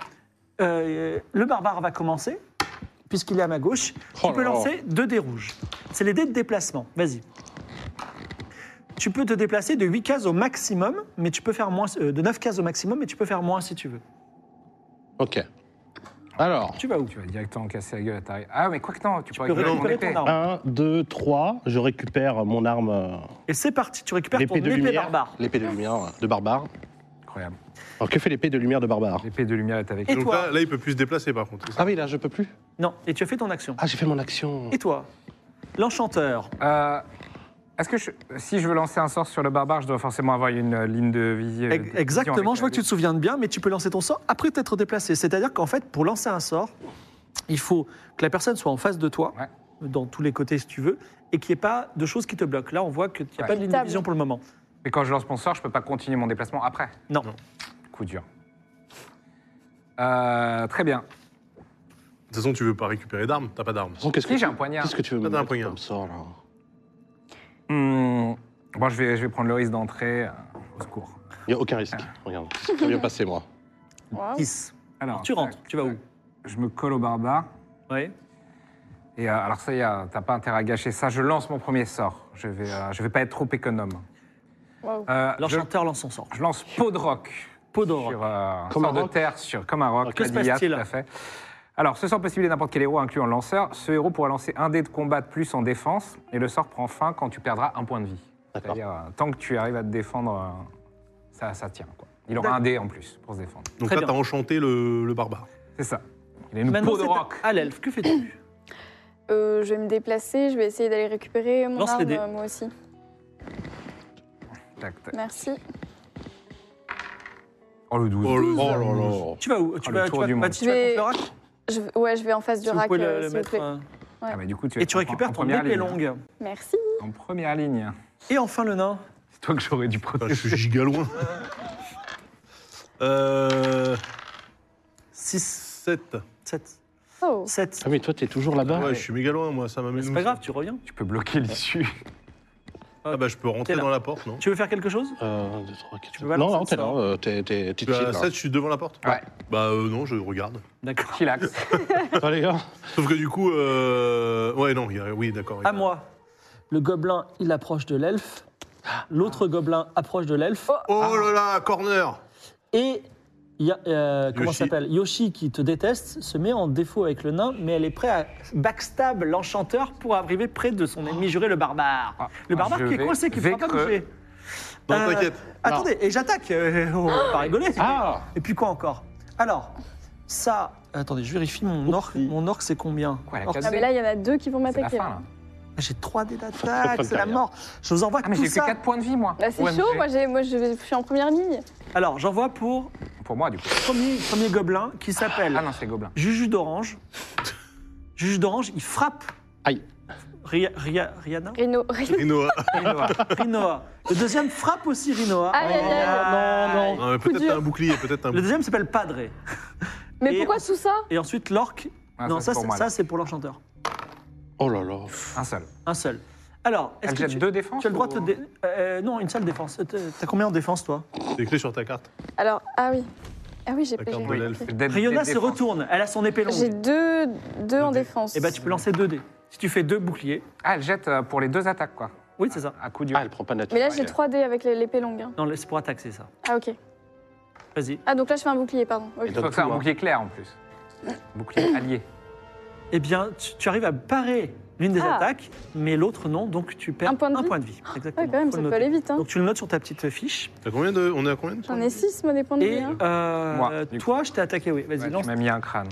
S2: Euh, le barbare va commencer, puisqu'il est à ma gauche. Tu
S3: Oh
S2: peux
S3: là là.
S2: lancer deux dés rouges. C'est les dés de déplacement. Vas-y. Tu peux te déplacer de 8 cases au maximum, mais tu peux faire moins, euh, de 9 cases au maximum, mais tu peux faire moins si tu veux.
S3: Ok. Alors,
S2: Tu vas où
S5: Tu vas directement casser la gueule à ta... Ah, mais quoi que non, tu,
S2: Tu
S5: peux
S2: peux
S5: récupérer mon
S2: récupérer
S5: épée.
S2: ton arme.
S3: 1, 2, 3, je récupère mon arme, euh,
S2: Et c'est parti, tu récupères ton
S3: l'épée de
S2: épée
S3: lumière.
S2: barbare.
S3: L'épée de lumière euh, de barbare.
S5: Incroyable.
S3: Alors, que fait l'épée de lumière de barbare
S5: L'épée de lumière est avec
S2: Et
S5: nous.
S4: Donc
S2: toi
S4: là, là, il peut plus se déplacer par contre.
S3: Ah oui, là, je peux plus.
S2: Non, et tu as fait ton action.
S3: Ah, j'ai fait mon action.
S2: Et toi L'enchanteur.
S5: Euh, Est-ce que je- si je veux lancer un sort sur le barbare, je dois forcément avoir une euh, ligne de visi- euh, de vision
S2: Exactement,
S5: avec
S2: je vois
S5: la
S2: que tu te
S5: loupe.
S2: souviens de bien, mais tu peux lancer ton sort après t'être déplacé. C'est-à-dire qu'en fait, pour lancer un sort, il faut que la personne soit en face de toi,
S5: Ouais.
S2: dans tous les côtés si tu veux, et qu'il n'y ait pas de choses qui te bloquent. Là, on voit qu'il n'y a
S5: Ouais.
S2: pas de ligne de
S6: Table.
S2: vision pour le moment.
S5: Mais quand je lance mon sort, je peux pas continuer mon déplacement après.
S2: Non.
S5: Coup dur. Euh, très bien.
S4: De toute façon, tu veux pas récupérer d'armes T'as pas d'armes.
S3: De toute façon, Qu'est-ce que
S5: Si, j'ai
S3: tu-
S5: un poignard.
S3: Qu'est-ce que tu veux me
S4: Ah, t'as un
S3: mettre
S4: poignard.
S3: comme sort, là
S5: Hmm, Bon, je vais, je vais prendre le risque d'entrer. euh, Au secours.
S3: Il n'y a aucun risque. Regarde, c'est très bien passé, moi.
S6: Waouh.
S2: 10.
S5: Alors,
S2: Tu rentres,
S5: tac,
S2: tu vas où
S5: tac. Je me colle au barbare.
S2: Oui.
S5: Et euh, alors ça y est, euh, t'as pas intérêt à gâcher ça. Je lance mon premier sort. Je vais, euh, je vais pas être trop économe.
S6: Waouh.
S5: Euh, je,
S2: L'enchanteur lance son sort.
S5: je lance peau de roc.
S2: Peau d'or.
S5: Sur, euh, un
S3: Comme
S5: sort
S3: un
S5: de
S3: roc.
S5: terre, sur, comme un roc.
S2: Alors, que se
S5: la Dia,
S2: passe-t-il
S5: tout à fait. Alors, ce sort possible est n'importe quel héros, incluant le lanceur. Ce héros pourra lancer un dé de combat de plus en défense, et le sort prend fin quand tu perdras un point de vie.
S3: D'accord.
S5: C'est-à-dire, euh, tant que tu arrives à te défendre, euh, ça, ça tient. Quoi. Il aura
S2: D'accord.
S5: un dé en plus pour se défendre.
S4: Donc
S2: Très
S4: là,
S2: bien.
S4: t'as enchanté le, le barbare.
S5: C'est ça. Il a une
S2: Maintenant,
S5: peau de
S2: c'est
S5: roc.
S2: à l'elfe. Que fais-tu
S6: Euh, je vais me déplacer, je vais essayer d'aller récupérer mon
S2: Lance les
S6: arme,
S2: dés.
S6: euh, moi aussi.
S5: Tac, tac.
S6: Merci.
S5: Oh, le 12.
S4: Oh, le-
S3: Oh là là.
S2: Tu vas où Tu
S5: Ah, le
S2: vas, tu
S5: tour
S2: vas,
S5: du monde.
S2: bah, tu
S6: Je
S2: vas
S6: vais-
S2: contre le rack
S6: Je... Ouais, je vais en face du
S2: Si vous
S6: rack,
S2: pouvez le-
S6: euh,
S2: le
S6: s'il vous
S2: mettre,
S6: plaît.
S2: euh,
S5: Ah, bah, du coup, tu
S2: Et tu
S5: vas être en- en
S2: récupères ton
S5: première
S2: épée
S5: ligne.
S2: longue.
S6: Merci.
S5: En première ligne.
S2: Et enfin le nain.
S5: C'est toi que j'aurais dû
S4: Putain,
S5: protéger.
S4: je suis giga loin. euh,
S2: 6,
S4: 7.
S2: 7.
S6: Oh.
S2: 7.
S3: Ah, mais toi, t'es toujours là-bas
S4: ouais, je suis méga loin, moi, ça m'amène.
S2: C'est
S4: où,
S2: pas
S4: ça
S2: grave, tu reviens.
S5: Tu peux bloquer l'issue.
S4: Ah bah, je peux
S2: T'es
S4: rentrer
S2: là.
S4: dans la porte, non
S2: Tu veux faire quelque chose
S3: 1, 2, 3, 4.
S2: Tu peux pas
S3: Non,
S2: lancer
S3: non,
S2: le
S3: t'es là.
S2: sort.
S3: euh, T'es t'es- t'es
S4: Je suis à
S3: chill.
S4: 7, Bah, je suis devant la
S2: Ah.
S4: porte
S5: Ouais.
S4: Bah, euh, non, je regarde.
S2: D'accord.
S5: Chillax.
S3: là. Allez, gars.
S4: Sauf que du coup, euh... ouais, non, il y a- oui, d'accord. il y a-
S2: À moi. Le gobelin, il approche de l'elfe. Ah. L'autre gobelin approche de l'elfe.
S4: Oh là là, corner
S2: Et Il y a, euh, comment
S4: Yoshi.
S2: ça s'appelle Yoshi qui te déteste se met en défaut avec le nain, mais elle est prête à backstab l'enchanteur pour arriver près de son ennemi juré, le barbare. le
S5: ah,
S2: barbare
S5: je
S2: qui est
S5: vais-
S2: coincé, qui ne
S5: vais
S2: pourra pas
S5: creux.
S2: bouger.
S4: Non,
S2: Euh,
S4: t'inquiète.
S2: Attendez, et j'attaque. euh, on va pas rigoler.
S9: Ah
S2: Et puis quoi encore Alors, ça. Attendez, je vérifie mon orc. Mon orc, c'est combien
S5: Quoi, la
S2: Orc-
S5: case
S6: Ah, mais là, il y en a deux qui vont
S5: C'est la
S6: m'attaquer.
S5: fin,
S6: là.
S5: là.
S2: J'ai 3 dés d'attaque,
S9: Faut
S2: c'est la
S9: faire
S2: mort. Je vous envoie
S5: Ah, mais
S2: tout
S5: j'ai que
S2: ça.
S5: 4 points de vie, moi.
S6: Bah, c'est
S5: OMG.
S6: chaud, moi, j'ai- moi je, je suis en première ligne.
S2: Alors, j'envoie pour
S5: Pour moi, du coup.
S2: premier, premier gobelin qui s'appelle
S5: Ah non, c'est les gobelins.
S2: Juju d'Orange. Juju d'Orange, il frappe.
S9: Aïe.
S2: Ria- Ria- Rihanna
S6: Rino, Rino.
S4: Rinoa.
S2: Rinoa. Le deuxième frappe aussi Rinoa. Ah,
S6: Aïe, aïe, aïe.
S2: Non, non.
S4: Non, mais
S6: Coup
S4: Peut-être
S6: dur.
S4: t'as un bouclier, peut-être un
S2: Le
S4: bouclier.
S2: deuxième s'appelle Padre.
S6: Mais
S2: Et
S6: pourquoi
S2: on-
S6: tout ça
S2: Et ensuite l'orque.
S5: Ah,
S2: non, ça,
S5: c'est pour
S2: c'est-
S5: moi,
S2: ça
S5: là.
S2: c'est pour l'enchanteur.
S9: Oh là là.
S5: Un seul.
S2: Un seul. Alors, est-ce
S5: Elle
S2: que
S5: jette
S2: tu,
S5: deux défenses
S2: tu as le droit de
S5: ou-
S2: te dé- euh, Non, une seule défense. Euh, t'as- T'as combien en défense, toi
S4: Des clés sur ta carte.
S6: Alors, ah oui. Ah oui, j'ai
S4: La
S6: j'ai-
S4: carte de l'elfe.
S6: ok.
S5: Dé-
S2: Riona
S5: dé-
S2: se
S5: défense.
S2: retourne. Elle a son épée
S6: J'ai
S2: longue.
S6: deux, deux en
S4: dés.
S6: défense.
S2: Et bah, tu peux lancer deux dés. Si tu fais deux boucliers.
S5: Ah, elle jette euh, pour les deux attaques, quoi.
S2: Oui, c'est ça.
S5: À coup dur.
S9: Ah, elle prend pas nature.
S6: Mais là, j'ai 3 dés avec les- l'épée longue. hein.
S2: Non, là, c'est pour attaquer, c'est ça.
S6: Ah, ok.
S2: Vas-y.
S6: Ah, donc là, je fais un bouclier, pardon. Ok.
S9: Et
S5: Sauf
S9: donne
S5: que c'est
S9: tout,
S5: un
S9: hein.
S5: bouclier clair, en plus. Bouclier allié.
S2: Eh bien, tu, tu arrives à parer l'une des
S6: Ah.
S2: attaques, mais l'autre non, donc tu perds
S6: Un point de vie Ah,
S2: Exactement.
S6: Ouais, quand même,
S2: Faut
S6: ça
S2: le
S6: peut
S2: noter.
S6: aller vite. Hein.
S2: Donc tu le notes sur ta petite fiche.
S4: T'as combien de. On est à combien de
S6: J'en ai 6, moi, des points de vie.
S2: Et
S6: hein.
S2: euh,
S5: Moi, du
S2: toi, je t'ai attaqué, oui. Vas-y,
S5: Ouais,
S2: lance.
S5: tu m'as mis un crâne.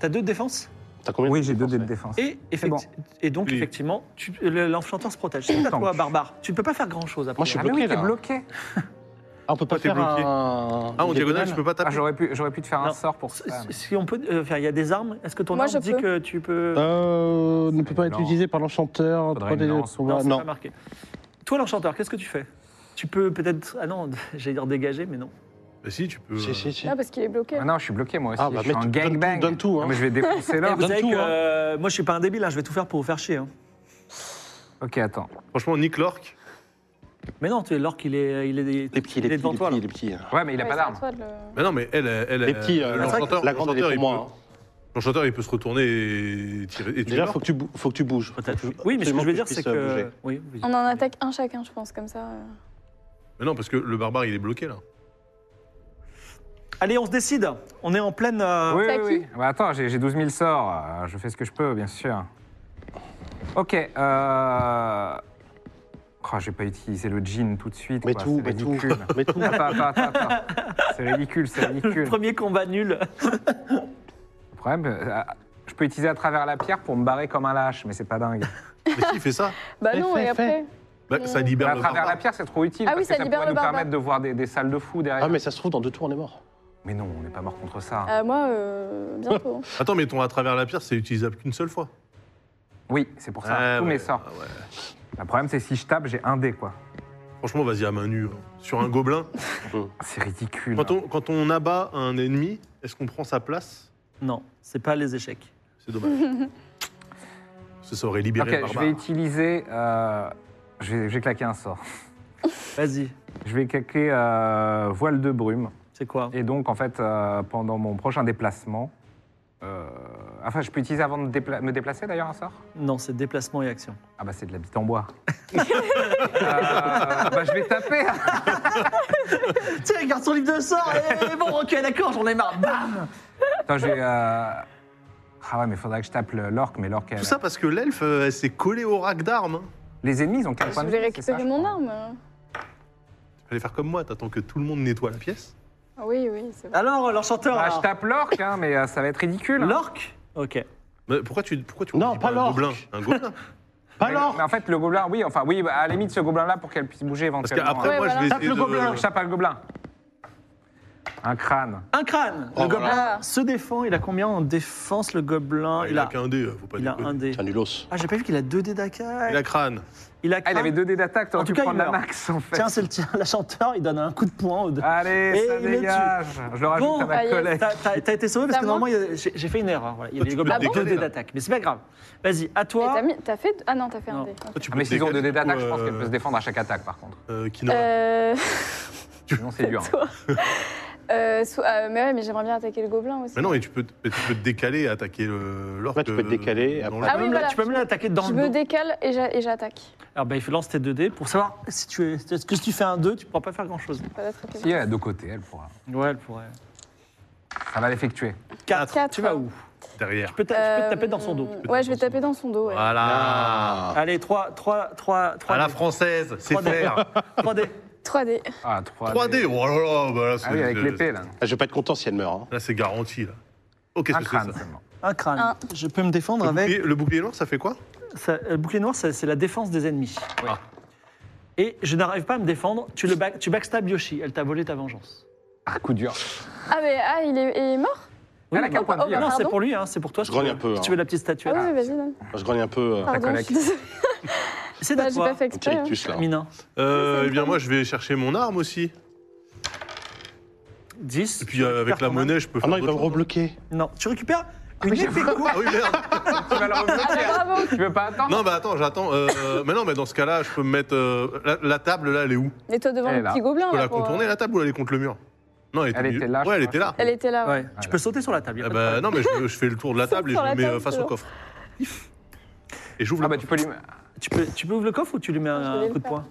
S2: T'as deux défenses
S9: T'as combien de défense, ouais
S5: défense.
S2: et, effecti-
S5: bon.
S2: et donc,
S4: Oui.
S2: effectivement, tu- le- l'enchanteur se protège. C'est à
S5: Tant
S2: toi,
S5: que-
S2: barbare. Tu ne peux pas faire grand-chose après.
S9: Moi, je suis
S5: Ah, mais
S9: bloqué,
S5: oui, t'es
S9: là.
S5: bloqué.
S9: Ah, on peut pas
S4: Toi, t'es
S9: faire
S4: bloqué.
S9: un...
S4: Ah, en
S9: une
S4: diagonale, je peux pas
S5: Ah,
S4: taper.
S5: j'aurais pu, j'aurais pu te faire
S2: Non.
S5: un sort pour ça. mais-
S2: Si on peut euh, faire, il y a des armes. Est-ce que ton
S6: Moi,
S2: arme
S6: je
S2: dit
S6: peux.
S2: que tu peux
S9: Euh, ne peut pas être
S5: Non.
S9: utilisé par l'enchanteur.
S5: Faudrait une
S9: Prenez-
S5: lance.
S9: pour
S2: Non,
S9: voir-
S2: c'est
S9: Non.
S2: pas marqué. Toi, l'enchanteur, qu'est-ce que tu fais Tu peux peut-être. Ah non, j'allais dire dégager, mais non.
S4: Bah si, tu peux.
S9: Si,
S4: euh,
S9: si, si.
S6: Ah, parce qu'il est bloqué.
S5: Ah non, je suis bloqué, moi aussi.
S9: Ah, bah,
S5: je suis
S9: mec,
S5: un
S9: donne-
S5: gangbang.
S9: donne tout, hein.
S5: Ah, mais je vais défoncer
S2: Et
S5: l'or.
S2: vous savez
S9: tout,
S2: que
S9: hein.
S2: euh, moi, je suis pas un débile, hein, je vais tout faire pour vous faire chier. hein.
S5: ok, attends.
S4: Franchement, Nick Lork.
S2: Mais non, tu es l'orque, il est, il est,
S9: Les petits,
S2: il est
S9: les petits,
S2: devant
S9: les
S2: toi.
S9: petits,
S2: là.
S9: les petits.
S5: Ouais, mais il a
S6: Ouais,
S5: pas
S6: c'est à
S5: d'arme.
S6: toi de le-
S4: Mais non, mais elle. elle
S9: Les petits, euh,
S4: l'enchanteur-
S9: la grande, elle est
S4: l'enchanteur,
S9: pour
S4: il
S9: moi. hein.
S4: peut- L'enchanteur, il peut se retourner et tirer. et tuer
S9: Déjà,
S4: l'orc.
S9: faut que tu, bou- faut que tu bouges.
S2: Peut-être.
S9: Faut
S2: Oui, mais ce que
S9: absolument
S2: je veux dire,
S9: puisse,
S2: c'est
S9: euh,
S2: que.
S9: bouger.
S2: Oui, oui.
S6: On en attaque un chacun, je pense, comme ça. euh.
S4: Mais non, parce que le barbare, il est bloqué là.
S2: Allez, on se décide. On est en pleine. euh,
S5: Oui,
S6: C'est à
S5: oui, oui. Bah, attends, j'ai j'ai 12 000 sorts. euh, je fais ce que je peux, bien sûr. Ok, euh... Oh, j'ai pas utilisé le jean tout de suite.
S9: Mets
S5: quoi,
S9: tout,
S5: c'est
S9: mets tout,
S5: ridicule.
S9: mets tout.
S5: Attends, attends, attends, attends. C'est ridicule, c'est
S2: Le
S5: ridicule.
S2: premier combat nul.
S5: Le problème, euh, je peux utiliser à travers la pierre pour me barrer comme un lâche, mais c'est pas dingue.
S4: Mais si, il fait ça.
S6: Bah
S9: Fais,
S6: non,
S9: fais,
S6: et après.
S4: Bah, ça libère
S5: à
S4: le
S5: travers la
S4: barbare.
S5: pierre, c'est trop utile.
S6: Ah oui,
S5: parce
S6: ça
S5: que ça
S6: libère
S5: pourrait
S6: le
S5: nous
S6: barbare.
S5: permettre de voir des, des salles de fous derrière.
S9: Ah, mais ça se trouve, dans deux tours, on est mort.
S5: Mais non, on n'est pas mort contre ça.
S6: Euh, moi, euh, bientôt. hein.
S4: Attends, mais ton à travers la pierre, c'est utilisable qu'une seule fois.
S5: Oui, c'est pour ça.
S4: Ah
S5: Tous
S4: ouais,
S5: mes sorts.
S4: ah ouais.
S5: Le problème, c'est si je tape, j'ai un dé, quoi.
S4: Franchement, vas-y à main nue. hein. Sur un gobelin.
S5: C'est ridicule.
S4: Quand on, quand on abat un ennemi, est-ce qu'on prend sa place
S2: Non, c'est pas les échecs.
S4: C'est dommage. Parce que ça aurait libéré
S5: Ok,
S4: le
S5: je
S4: barbare.
S5: vais utiliser. euh, je, vais, je vais claquer un sort.
S2: Vas-y.
S5: Je vais claquer euh, voile de brume.
S2: C'est quoi
S5: Et donc, en fait, euh, pendant mon prochain déplacement. euh, enfin, je peux utiliser avant de dépla- me déplacer d'ailleurs un sort
S2: Non, c'est déplacement et action.
S5: Ah, bah, c'est de la bite en bois. Euh, bah, je vais taper.
S2: Tiens, regarde son livre de sort. Et bon, ok, d'accord, j'en ai marre. Bam
S5: Attends, je vais. euh, Ah, ouais, mais faudrait que je tape le- l'orque, mais l'orque.
S4: Tout
S5: elle-
S4: ça parce que l'elfe, euh, elle s'est collée au rack d'armes. hein.
S5: Les ennemis, ils ont 4
S6: Je
S5: points de
S6: voulais
S5: vie. c'est ça,
S6: récupérer
S5: je
S6: mon
S5: crois.
S6: arme.
S4: Fallait faire comme moi, t'attends que tout le monde nettoie la pièce.
S6: Ah Oui, oui, c'est vrai.
S2: Alors, euh, l'enchanteur.
S5: Bah, je
S2: alors.
S5: tape l'orque, hein, mais euh, ça va être ridicule. hein.
S2: Ah. L'orque Ok.
S4: Mais pourquoi tu, pourquoi tu
S9: Non,
S4: dis
S9: pas
S4: un
S9: l'orque.
S4: gobelin Un gobelin
S9: Pas
S5: Mais-
S9: l'or
S5: Mais en fait, le gobelin, oui, enfin, oui, bah, à la limite, ce gobelin-là pour qu'elle puisse bouger
S4: Parce
S5: éventuellement. hein.
S4: qu'après,
S6: Ouais,
S4: moi,
S6: voilà.
S4: je vais
S9: Tape
S4: essayer
S9: le
S4: de- Ah,
S9: gobelin.
S5: Je tape à le gobelin. Un crâne.
S2: Un crâne.
S5: bah,
S9: Oh,
S2: le gobelin
S6: voilà.
S2: se défend. Il a combien en défense, le gobelin
S4: Ah, Il a qu'un dé, faut pas
S2: il a
S4: déconner.
S2: un dé.
S9: Tiens, nulos.
S2: Ah, j'ai pas vu qu'il a deux dés d'attaque.
S4: Il a crâne.
S2: Il a
S5: Ah, il
S2: crâne.
S5: avait deux dés
S2: Hein
S5: d'attaque,
S2: En
S5: t'aurais
S2: tout
S5: pu
S2: cas, il
S5: prendre
S2: meurt.
S5: un axe, en fait.
S2: Tiens, c'est le tien. L'enchanteur, il donne un coup de poing. aux deux.
S5: Allez,
S2: Et
S5: ça
S2: il le tue.
S5: dégage. Je le rajoute
S2: Bon,
S5: à ma
S6: allez,
S5: collègue.
S2: T'as- T'as t'as été sauvé parce que
S6: C'est à moi
S2: normalement, il y a- j'ai j'ai fait une erreur. voilà. Il y a les
S4: Toi, Bah, tu
S2: gobelins
S4: peux
S2: qui
S4: te
S2: ont deux
S4: décaler,
S2: dés
S4: là.
S2: d'attaque. Mais c'est pas grave. Vas-y, à
S6: Mais
S2: toi.
S6: t'as mis- T'as fait. Ah non, t'as fait un
S2: Non.
S6: dé.
S4: Toi, tu
S5: Ah,
S4: peux
S5: mais
S4: te
S5: s'ils ont deux
S4: décaler,
S5: dés d'attaque,
S4: du
S5: je
S4: coup,
S5: pense qu'elle
S4: euh,
S2: Euh,
S5: peut se défendre à chaque attaque, par contre.
S4: euh, Kinoa.
S6: Euh,
S5: Sinon, c'est dur. hein.
S6: toi. Euh, so- euh, mais ouais, mais j'aimerais bien attaquer le gobelin aussi.
S4: Mais non, et tu peux, te- tu peux te décaler, attaquer le- l'orque. euh,
S9: Ouais, tu peux te décaler,
S4: dans
S9: après-
S4: le-
S6: Ah
S2: Bah, Tu peux
S6: oui,
S2: me-
S6: voilà.
S2: Tu peux me l'attaquer dans
S6: je
S2: le
S6: me
S2: dos.
S6: décale et j'a- et j'attaque.
S2: Alors, bah, il faut lance tes 2 dés pour savoir si tu es. Est-ce que si tu fais un 2, tu pourras pas faire grand-chose.
S6: Ça va être rapide.
S5: Si elle a deux côtés, elle pourra.
S2: Ouais, elle pourrait.
S5: Ça va l'effectuer.
S2: 4.
S6: Quatre.
S2: Tu vas où
S4: derrière.
S2: tu peux, ta- tu peux te taper dans son dos.
S6: Euh, Ouais, je vais taper dans son dos. ouais.
S4: Voilà.
S2: Allez, 3, 3, 3, 3.
S4: À la française, c'est
S2: Ah. Trois dés.
S4: faire.
S2: 3 dés.
S6: 3D.
S5: Ah, 3D.
S4: 3D, oh là là, bah là, c'est-
S5: Ah oui, avec l'épée, là.
S9: Ah, je vais pas être content si elle meurt. hein.
S4: Là, c'est garanti. Là. Oh, qu'est-ce
S5: Un
S4: que c'est ça
S5: crâne seulement.
S2: Un crâne.
S6: Un.
S2: Je peux me défendre
S4: le
S2: avec.
S4: bouclier, le bouclier noir, ça fait quoi
S2: ça- euh, le bouclier noir, ça- c'est la défense des ennemis.
S4: Ah.
S2: Et je n'arrive pas à me défendre. Tu, le back, tu backstab Yoshi. Elle t'a volé ta vengeance.
S5: Ah, coup dur.
S6: Ah, mais ah, il est, il est mort
S5: elle a qu'un point de
S6: oh,
S5: vie.
S6: bah,
S5: hein.
S2: non, c'est
S6: pardon.
S2: pour lui, hein, c'est pour toi.
S9: Je
S2: si tu
S9: grogne
S2: veux-
S9: un peu,
S2: Si tu
S9: hein.
S2: veux la petite
S6: Ah
S2: statue.
S6: oui, oui, vas-y, donne.
S9: Je grogne un peu. euh,
S6: Pardon, je
S5: collègue.
S6: suis désolée.
S2: Ah. C'est
S6: Bah,
S2: à
S6: J'ai
S2: toi,
S6: pas fait
S9: un
S6: exprès.
S9: petit
S6: hein.
S9: rictus là.
S2: Mina.
S4: euh, Eh bien, moi, je vais chercher mon arme aussi.
S2: 10.
S4: Et puis, euh, avec la monnaie, je peux
S9: Ah
S4: faire.
S9: non, il va me
S4: d'autres choses.
S9: rebloquer.
S2: Non, tu récupères une épée.
S4: Ah oui, merde.
S2: bah,
S5: Tu vas la rebloquer.
S6: Ah, bravo
S5: Tu veux pas attendre
S4: Non, bah attends, j'attends. euh, mais non, mais dans ce cas-là, je peux me mettre. euh, la, la table, là, elle est où
S6: Et toi devant
S5: Elle est
S6: le
S5: là.
S6: petit gobelin.
S4: Faut
S6: là,
S4: la
S6: pour, euh,
S4: contourner, la table, ou elle est contre le mur Non,
S5: Elle
S4: au
S5: était
S4: milieu.
S5: là, je
S4: Ouais, elle
S5: crois.
S4: était là.
S6: Elle était là. ouais.
S2: Ouais, tu peux sauter sur la table. y a
S4: Ah
S2: pas de
S4: bah,
S2: problème.
S4: non, mais je, je fais le tour de la table et je
S6: Sur
S4: me
S6: la
S4: mets euh,
S6: table,
S4: face au
S6: toujours.
S4: coffre.
S5: Je vous ah, bah, tu peux lui.
S2: Tu peux, tu peux ouvrir le coffre ou tu lui mets
S6: je
S2: un
S6: vais le
S2: coup de
S6: faire.
S2: poing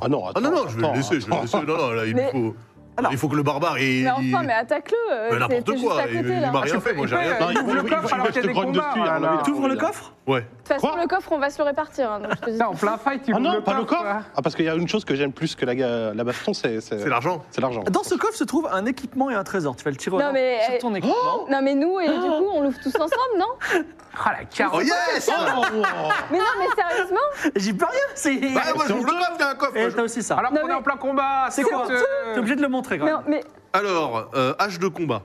S9: Ah non,
S4: Ah
S9: attends.
S4: non, non, je vais
S9: attends,
S4: le laisser, je vais
S9: attends.
S4: le laisser. Non, non, là, il
S6: Mais-
S4: faut.
S2: Alors-
S4: Il faut que le barbare. Il,
S6: Mais enfin, mais attaque-le.
S4: Mais
S6: euh, t'es-
S4: Bah, n'importe
S6: T'es juste
S4: quoi,
S6: à
S4: il,
S6: côté
S4: il
S6: là. Ah,
S4: m'a
S6: De
S4: rien fait, moi j'ai rien
S9: Non,
S4: fait.
S9: il faut-
S5: ouvre le
S9: Ah, il faut-
S5: coffre
S9: il faut que
S5: alors qu'il y a
S9: je
S5: des
S9: te grogne
S5: combats.
S9: dessus, hein, à mon
S5: là.
S9: avis, là.
S2: Tu ouvres le coffre
S4: Ouais.
S6: toute façon,
S9: Quoi
S6: le coffre, on va se le répartir. hein, donc je te dis.
S5: T'es en plein fight, tu
S9: Ah
S5: ouvres
S9: non, pas le coffre
S5: quoi.
S9: Ah, parce qu'il y a une chose que j'aime plus que la, ga- la baston, c'est c'est-
S4: C'est l'argent.
S9: c'est l'argent.
S2: Dans ce coffre se trouve un équipement et un trésor. Tu vas le tirer au
S6: Non,
S2: hasard
S6: mais- euh,
S2: sur ton équipement.
S6: Non, mais nous, et du coup, on l'ouvre tous ensemble, non
S5: Ah, la
S4: Oh
S5: carotte.
S4: yes
S9: Oh,
S4: Ah.
S6: Mais non, mais sérieusement
S2: J'y peux rien. C'est.
S4: Bah, moi je vous le coffre, t'as un coffre.
S2: Et
S4: moi, je-
S2: t'as aussi ça.
S5: Alors
S6: Non,
S5: qu'on est
S6: mais-
S5: en plein combat,
S2: C'est quoi T'es obligé de le montrer quand même.
S6: Non, mais
S4: Alors, euh, hache de combat.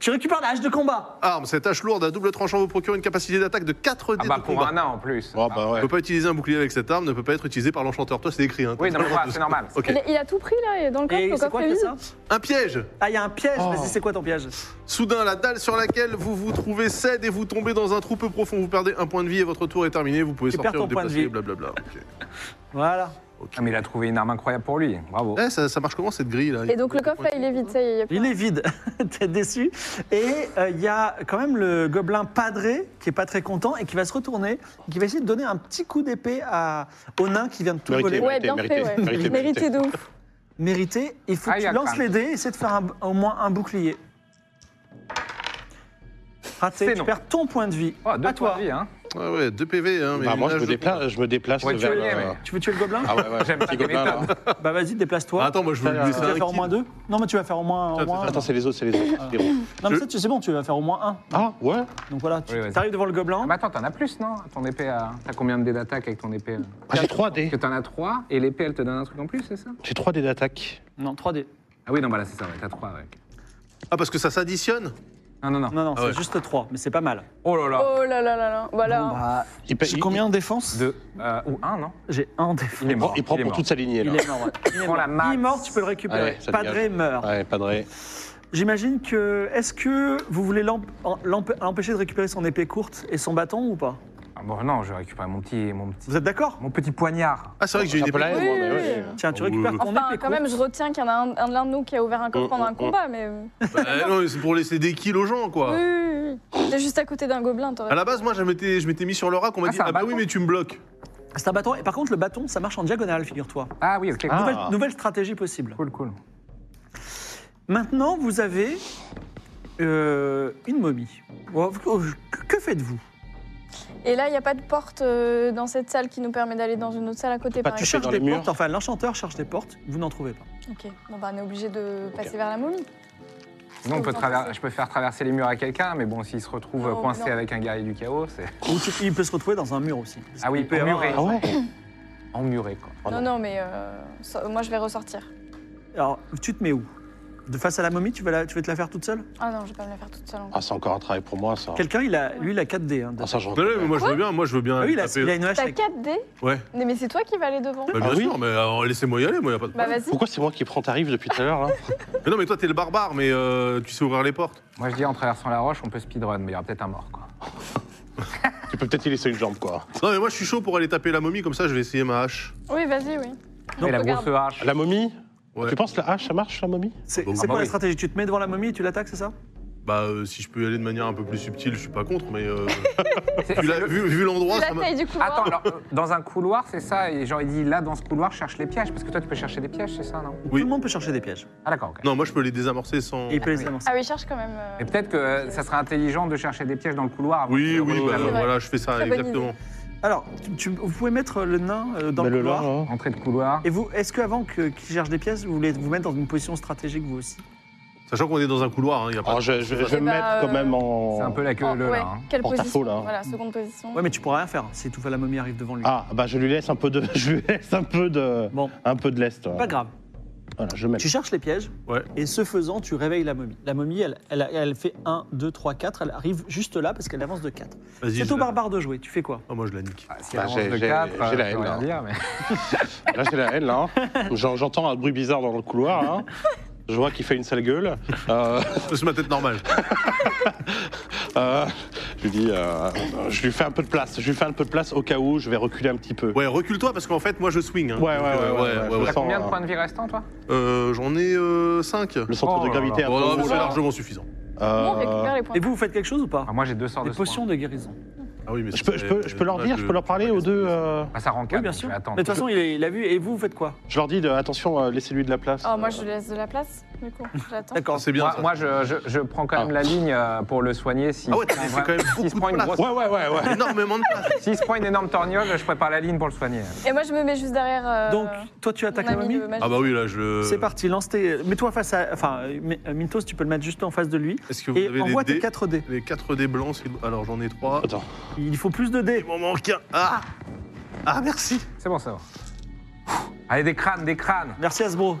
S2: Tu récupères la hache de combat.
S4: Arme, cette hache lourde à double tranchant vous procure une capacité d'attaque de 4
S5: Ah
S4: dés
S5: bah
S4: de
S5: pour
S4: combat.
S5: un nain en plus.
S9: Ah, bah
S4: On
S9: ouais.
S4: peut pas utiliser un bouclier avec cette arme, ne peut pas être utilisé par l'enchanteur. Toi, c'est écrit. Hein,
S5: Oui, non, mais voilà, c'est normal.
S4: Ok.
S6: il, a, il a tout pris là, et dans le coffre,
S2: Et
S6: le
S2: c'est
S6: coffre
S2: quoi
S6: est
S2: que
S6: vide.
S2: ça
S4: Un piège
S2: Ah, il y a un piège.
S9: Oh.
S2: Vas-y, c'est quoi ton piège
S4: Soudain, la dalle sur laquelle vous vous trouvez cède et vous tombez dans un trou peu profond. Vous perdez un point de vie et votre tour est terminé. Vous pouvez
S2: Tu
S4: sortir
S2: perds ton
S4: vous
S2: point de
S4: déplacer,
S2: vie.
S4: blablabla. Ok.
S2: Voilà.
S5: Ah, mais il a trouvé une arme incroyable pour lui. Bravo.
S4: Eh, ça, ça marche comment cette grille là
S6: Et donc, le coffre là, il est vide, ça y est. il y a plus
S2: Il est vide. T'es déçu. Et euh, il y a quand même le gobelin padré qui est pas très content et qui va se retourner, qui va essayer de donner un petit coup d'épée à... au nain qui vient de tout
S9: Mérité,
S2: voler.
S6: rien. Ouais, bien
S9: Mérité,
S6: fait, ouais.
S9: mérité,
S6: Mérité
S9: mérité.
S6: de ouf.
S2: Mérité. Il faut
S5: Ah,
S2: que
S5: il y
S2: tu
S5: a
S2: lances
S5: crâne.
S2: les dés et essaie de faire un- au moins un bouclier.
S5: C'est
S2: Raté, tu
S5: non.
S2: perds ton point de vie.
S5: Oh, deux
S2: à toi.
S5: points de vie, hein.
S4: Ouais, ouais, 2 PV. Hein, mais
S9: Bah,
S4: une
S9: moi, je
S4: hache
S9: me,
S4: de combat.
S9: déplace, je me déplace
S5: Ouais, tu
S9: vers.
S5: veux
S9: le-
S5: y aller, mais-
S2: Tu veux tuer le gobelin
S9: Ah ouais, ouais.
S5: J'aime
S9: petit
S5: pas tes
S9: gobelin, là.
S5: méthodes.
S2: Bah vas-y, déplace-toi.
S4: Attends, moi je voulais
S2: tu
S4: lui
S2: vas
S4: laisser un
S2: faire au
S4: kill.
S2: moins deux Non, mais tu vas faire au moins, au
S4: Tiens,
S2: moins un.
S9: Attends, c'est les autres, c'est les
S4: Ah.
S9: autres. les autres.
S2: Non, mais
S4: je-
S2: ça, tu- c'est bon, tu vas faire au moins un.
S9: Ah, ouais
S2: Donc voilà, tu
S5: Oui, vas-y.
S2: arrives devant le
S5: Ah,
S2: gobelin.
S5: mais attends, t'en as plus, non Ton épée, à... t'as combien de dés d'attaque avec ton épée là
S9: Ah, j'ai 3 dés.
S5: Parce que t'en as 3 et l'épée, elle te donne un truc en plus, c'est ça
S9: J'ai 3 dés d'attaque.
S2: Non, 3D.
S5: Ah oui, non, bah là, c'est ça, ouais, t'as 3, ouais.
S4: Ah, parce que ça s'additionne
S5: Non, non, non.
S2: Non, non,
S4: Ah
S2: c'est
S4: ouais.
S2: juste 3, mais c'est pas mal.
S5: Oh là là.
S6: Oh là là là là. Voilà.
S2: Bon, bah,
S9: Il, pa-
S2: j'ai
S9: il-
S2: combien en défense
S5: Deux. Euh, ou un, non
S2: J'ai un en défense.
S5: Il est
S9: il prend-
S5: mort.
S9: il prend
S5: est
S9: pour
S5: mort.
S9: toute sa lignée, là.
S2: Il est mort, ouais. Il est
S5: Prends
S2: mort.
S5: la max.
S2: Il est mort, tu peux le récupérer.
S9: Ouais, ça
S2: Padré
S9: dégage.
S2: meurt.
S9: Ouais, padré.
S2: J'imagine que. Est-ce que vous voulez l'emp- l'emp- l'empêcher de récupérer son épée courte et son bâton ou pas
S5: Ah, bon, non, je vais récupérer mon petit, mon petit,
S2: Vous êtes d'accord
S5: mon petit poignard.
S4: Ah, c'est vrai que j'ai une
S9: Ça peut
S4: épée.
S9: l'aider,
S6: Oui,
S9: moi,
S6: oui,
S9: mais
S6: oui.
S9: ouais.
S2: Tiens, tu
S4: Oh,
S2: récupères
S4: oui, oui.
S2: ton
S6: Enfin,
S2: épée
S6: quand
S2: courte.
S6: même, je retiens qu'il y en a un, un de l'un de nous qui a ouvert un coffre
S9: Oh,
S6: pendant un
S9: oh, oh.
S6: combat, mais. euh,
S4: Bah, non, mais c'est pour laisser des kills aux gens quoi.
S6: Oui, oui, oui. T'es juste à côté d'un gobelin,
S4: À
S6: t'aurais.
S4: la base, moi, je m'étais, je m'étais mis sur le rack, on m'a
S5: Ah,
S4: dit
S5: c'est un
S4: Ah bah oui,
S5: bâton.
S4: mais tu me bloques.
S2: C'est un bâton. Et par contre, le bâton, ça marche en diagonale, figure-toi.
S5: Ah oui, ok,
S9: Ah.
S5: cool.
S2: Nouvelle- nouvelle stratégie possible.
S5: Cool, cool.
S2: Maintenant, vous avez euh, une momie. Oh, que- Que faites-vous
S6: Et là, il n'y a pas de porte euh, dans cette salle qui nous permet d'aller dans une autre salle à côté,
S9: Pas
S6: par
S9: touché. Tapez
S2: Cherche
S6: exemple.
S9: dans
S2: des
S9: les murs.
S2: portes, enfin l'enchanteur cherche des portes, vous n'en trouvez pas.
S6: Ok, bon, bah, on est obligé de passer vers la momie.
S5: Sinon, on peut
S6: Vous en
S5: travers-
S6: pensez
S5: je peux faire traverser les murs à quelqu'un, mais bon, s'il se retrouve
S6: Non,
S5: coincé
S6: non.
S5: avec un guerrier du chaos, c'est.
S2: Ou tu- il peut se retrouver dans un mur aussi.
S5: Ah oui,
S2: Il peut y avoir-
S5: emmuré.
S9: Ah ouais
S5: Emmuré, quoi.
S9: Oh
S6: non,
S9: non.
S6: non, mais euh, so- moi, je vais ressortir.
S2: Alors, tu te mets où De face à la momie, tu vas, la- tu vas te la faire toute seule
S6: Ah non, je vais pas me la faire toute seule encore.
S9: Ah, c'est encore un travail pour moi, ça.
S2: Quelqu'un, il a, lui, il a 4D. hein, de-
S9: Ah, ça, je
S4: Non, non, mais moi, je veux bien, moi, je veux bien.
S2: Ah oui, il a,
S4: taper.
S2: il a une hache.
S6: T'as
S2: avec-
S6: 4 dés
S4: Ouais,
S6: Mais, mais c'est toi qui vas aller devant.
S4: bah, bien
S9: Ah oui.
S4: sûr, mais alors, laissez-moi y aller, moi, y a pas de
S6: Bah
S4: problème.
S6: vas-y.
S9: Pourquoi c'est moi qui prends ta rive depuis tout à l'heure là
S4: Mais non, mais toi, t'es le barbare, mais euh, tu sais ouvrir les portes.
S5: Moi, je dis en traversant la roche, on peut speedrun, mais il y aura peut-être un mort, quoi.
S9: Tu peux peut-être y laisser une jambe quoi.
S4: Non, mais moi, je suis chaud pour aller taper la momie, comme ça, je vais essayer ma hache.
S6: Oui, vas-y, oui.
S5: et la
S6: regarde.
S5: grosse hache.
S9: La momie
S4: Ouais.
S3: Tu penses la hache, ça marche, la momie
S2: C'est
S4: Bon,
S2: c'est
S4: bah
S2: quoi la
S4: oui.
S2: stratégie Tu te mets devant la momie et tu l'attaques, c'est ça
S4: Bah, euh, si je peux y aller de manière un peu plus subtile, je suis pas contre, mais euh,
S5: C'est-
S4: vu la-
S5: c'est le-
S4: vu vu l'endroit,
S6: La
S4: Oh, ça m'a.
S6: taille du hein. couloir.
S5: Attends, alors, euh, dans un couloir, c'est ça Et genre, il dit là, dans ce couloir, cherche les pièges, parce que toi, tu peux chercher des pièges, c'est ça, non
S4: Oui.
S2: Tout le monde peut chercher des pièges.
S5: Ah, d'accord, ok.
S4: Non, moi je peux les désamorcer sans.
S2: Et il peut les
S5: oui.
S2: avancer.
S6: Ah oui, cherche quand même. euh,
S5: Et peut-être que euh, ça serait intelligent de chercher des pièges dans le couloir. avant
S4: Oui,
S5: de-
S4: oui,
S5: de-
S4: bah,
S6: vrai.
S4: voilà, je fais ça,
S6: Très bonne
S4: exactement.
S2: Alors, tu- tu- vous pouvez mettre le nain euh, dans
S3: Mais
S2: le
S3: lard,
S2: couloir.
S3: hein.
S5: Entrée de couloir.
S2: et vous, est-ce qu'avant que- qu'il cherche des pièces, vous voulez vous mettre dans une position stratégique vous aussi
S4: Sachant qu'on est dans un couloir, il y
S9: Ah.
S4: a
S9: Oh,
S4: pas.
S3: Alors, je, je- je
S6: Eh
S3: vais me
S6: bah,
S3: mettre
S6: euh,
S3: quand même en.
S5: C'est un peu la
S2: Oh,
S5: queue
S6: en-
S5: leu,
S6: Oh, ouais,
S5: là. hein.
S6: quelle
S3: porte à
S6: position
S3: faux, là.
S6: Voilà, seconde position.
S2: Ouais, mais tu pourras rien faire si tout fait la momie arrive devant lui.
S3: Ah, bah je lui laisse un peu de. Je lui laisse un peu de.
S2: Bon,
S3: Un peu de lest. ouais.
S2: pas grave.
S3: Voilà, je mets.
S2: Tu cherches les pièges,
S4: Ouais.
S2: et ce faisant, tu réveilles la momie. La momie, elle, elle, elle fait 1, 2, 3, 4, elle arrive juste là parce qu'elle avance de 4.
S4: Vas-y.
S2: C'est
S4: je
S2: au
S4: la-
S2: barbare de jouer, tu fais quoi
S4: Ah, moi je la nique.
S5: Ah, Si
S9: Bah,
S5: elle avance
S9: j'ai-
S5: de
S9: j'ai-
S5: 4,
S9: j'ai la haine,
S5: rien
S9: là.
S5: dire, mais...
S9: Là, j'ai la haine, là. hein. J'en- J'entends un bruit bizarre dans le couloir. hein. Je vois qu'il fait une sale gueule. Euh,
S4: C'est ma tête normale.
S9: euh, je lui dis, euh, je lui fais un peu de place. Je lui fais un peu de place au cas où je vais reculer un petit peu.
S4: Ouais, recule-toi parce qu'en fait, moi je swing. hein.
S9: Ouais, ouais,
S4: Donc,
S9: ouais,
S4: euh,
S9: ouais, ouais, je
S5: T'as
S9: sens,
S5: combien de
S9: euh,
S5: points de vie restants, toi
S4: Euh, J'en ai 5.
S9: Le centre
S5: Oh
S9: de
S5: là
S9: gravité
S5: là.
S9: un peu
S4: Voilà, mais c'est
S9: ouvert.
S4: largement suffisant.
S6: Bon, on
S9: Euh,
S6: récupère les points.
S2: Et vous, vous faites quelque chose ou pas
S5: Ah, Moi, j'ai deux sorts
S2: Des
S5: de soins.
S2: potions de guérison.
S4: Ah oui, mais
S9: je
S4: ça,
S9: peux, je,
S4: c'est-
S9: peux, je peux leur
S4: ouais,
S9: dire, je peux leur parler aux deux. euh,
S5: Ah, ça rend
S2: Oui,
S5: 4,
S2: bien
S5: je
S2: sûr.
S5: vais
S2: Mais
S5: attendre.
S2: de toute façon, il est- il l'a vu. Et vous, vous faites quoi
S9: Je leur dis, de, attention, euh, laissez-lui de la place.
S6: Oh, moi je lui laisse de la place, du coup. J'attends.
S4: Ah,
S2: D'accord.
S4: C'est bien.
S5: Moi,
S4: ça.
S5: moi, je, je- je prends quand même la ligne euh, pour le soigner. Si
S4: Ah ouais, t'as laissé quand même beaucoup de
S5: une
S4: place.
S5: grosse...
S9: Ouais, ouais, ouais, ouais.
S4: Énormément de place.
S5: S'il se prend une énorme torgnole, je prépare la ligne pour le soigner.
S6: Et moi je me mets juste derrière. euh,
S2: Donc, toi, tu attaques
S6: mon
S2: la
S6: ami,
S2: momie
S6: le magicien.
S4: Ah bah oui, là je.
S2: C'est parti, lance tes. Mets-toi face à. Enfin, euh, Mi- euh, Mintos, tu peux le mettre juste en face de lui.
S4: Est-ce que vous
S2: Et
S4: avez
S2: envoie
S4: les
S2: tes
S4: dés
S2: 4 dés.
S4: Les 4 dés blancs, s'il- alors j'en ai 3.
S9: Attends.
S2: Il faut plus de dés.
S4: Il m'en manque un. Ah Ah, merci
S5: C'est bon, ça va. Allez, des crânes, des crânes.
S2: Merci Hasbro.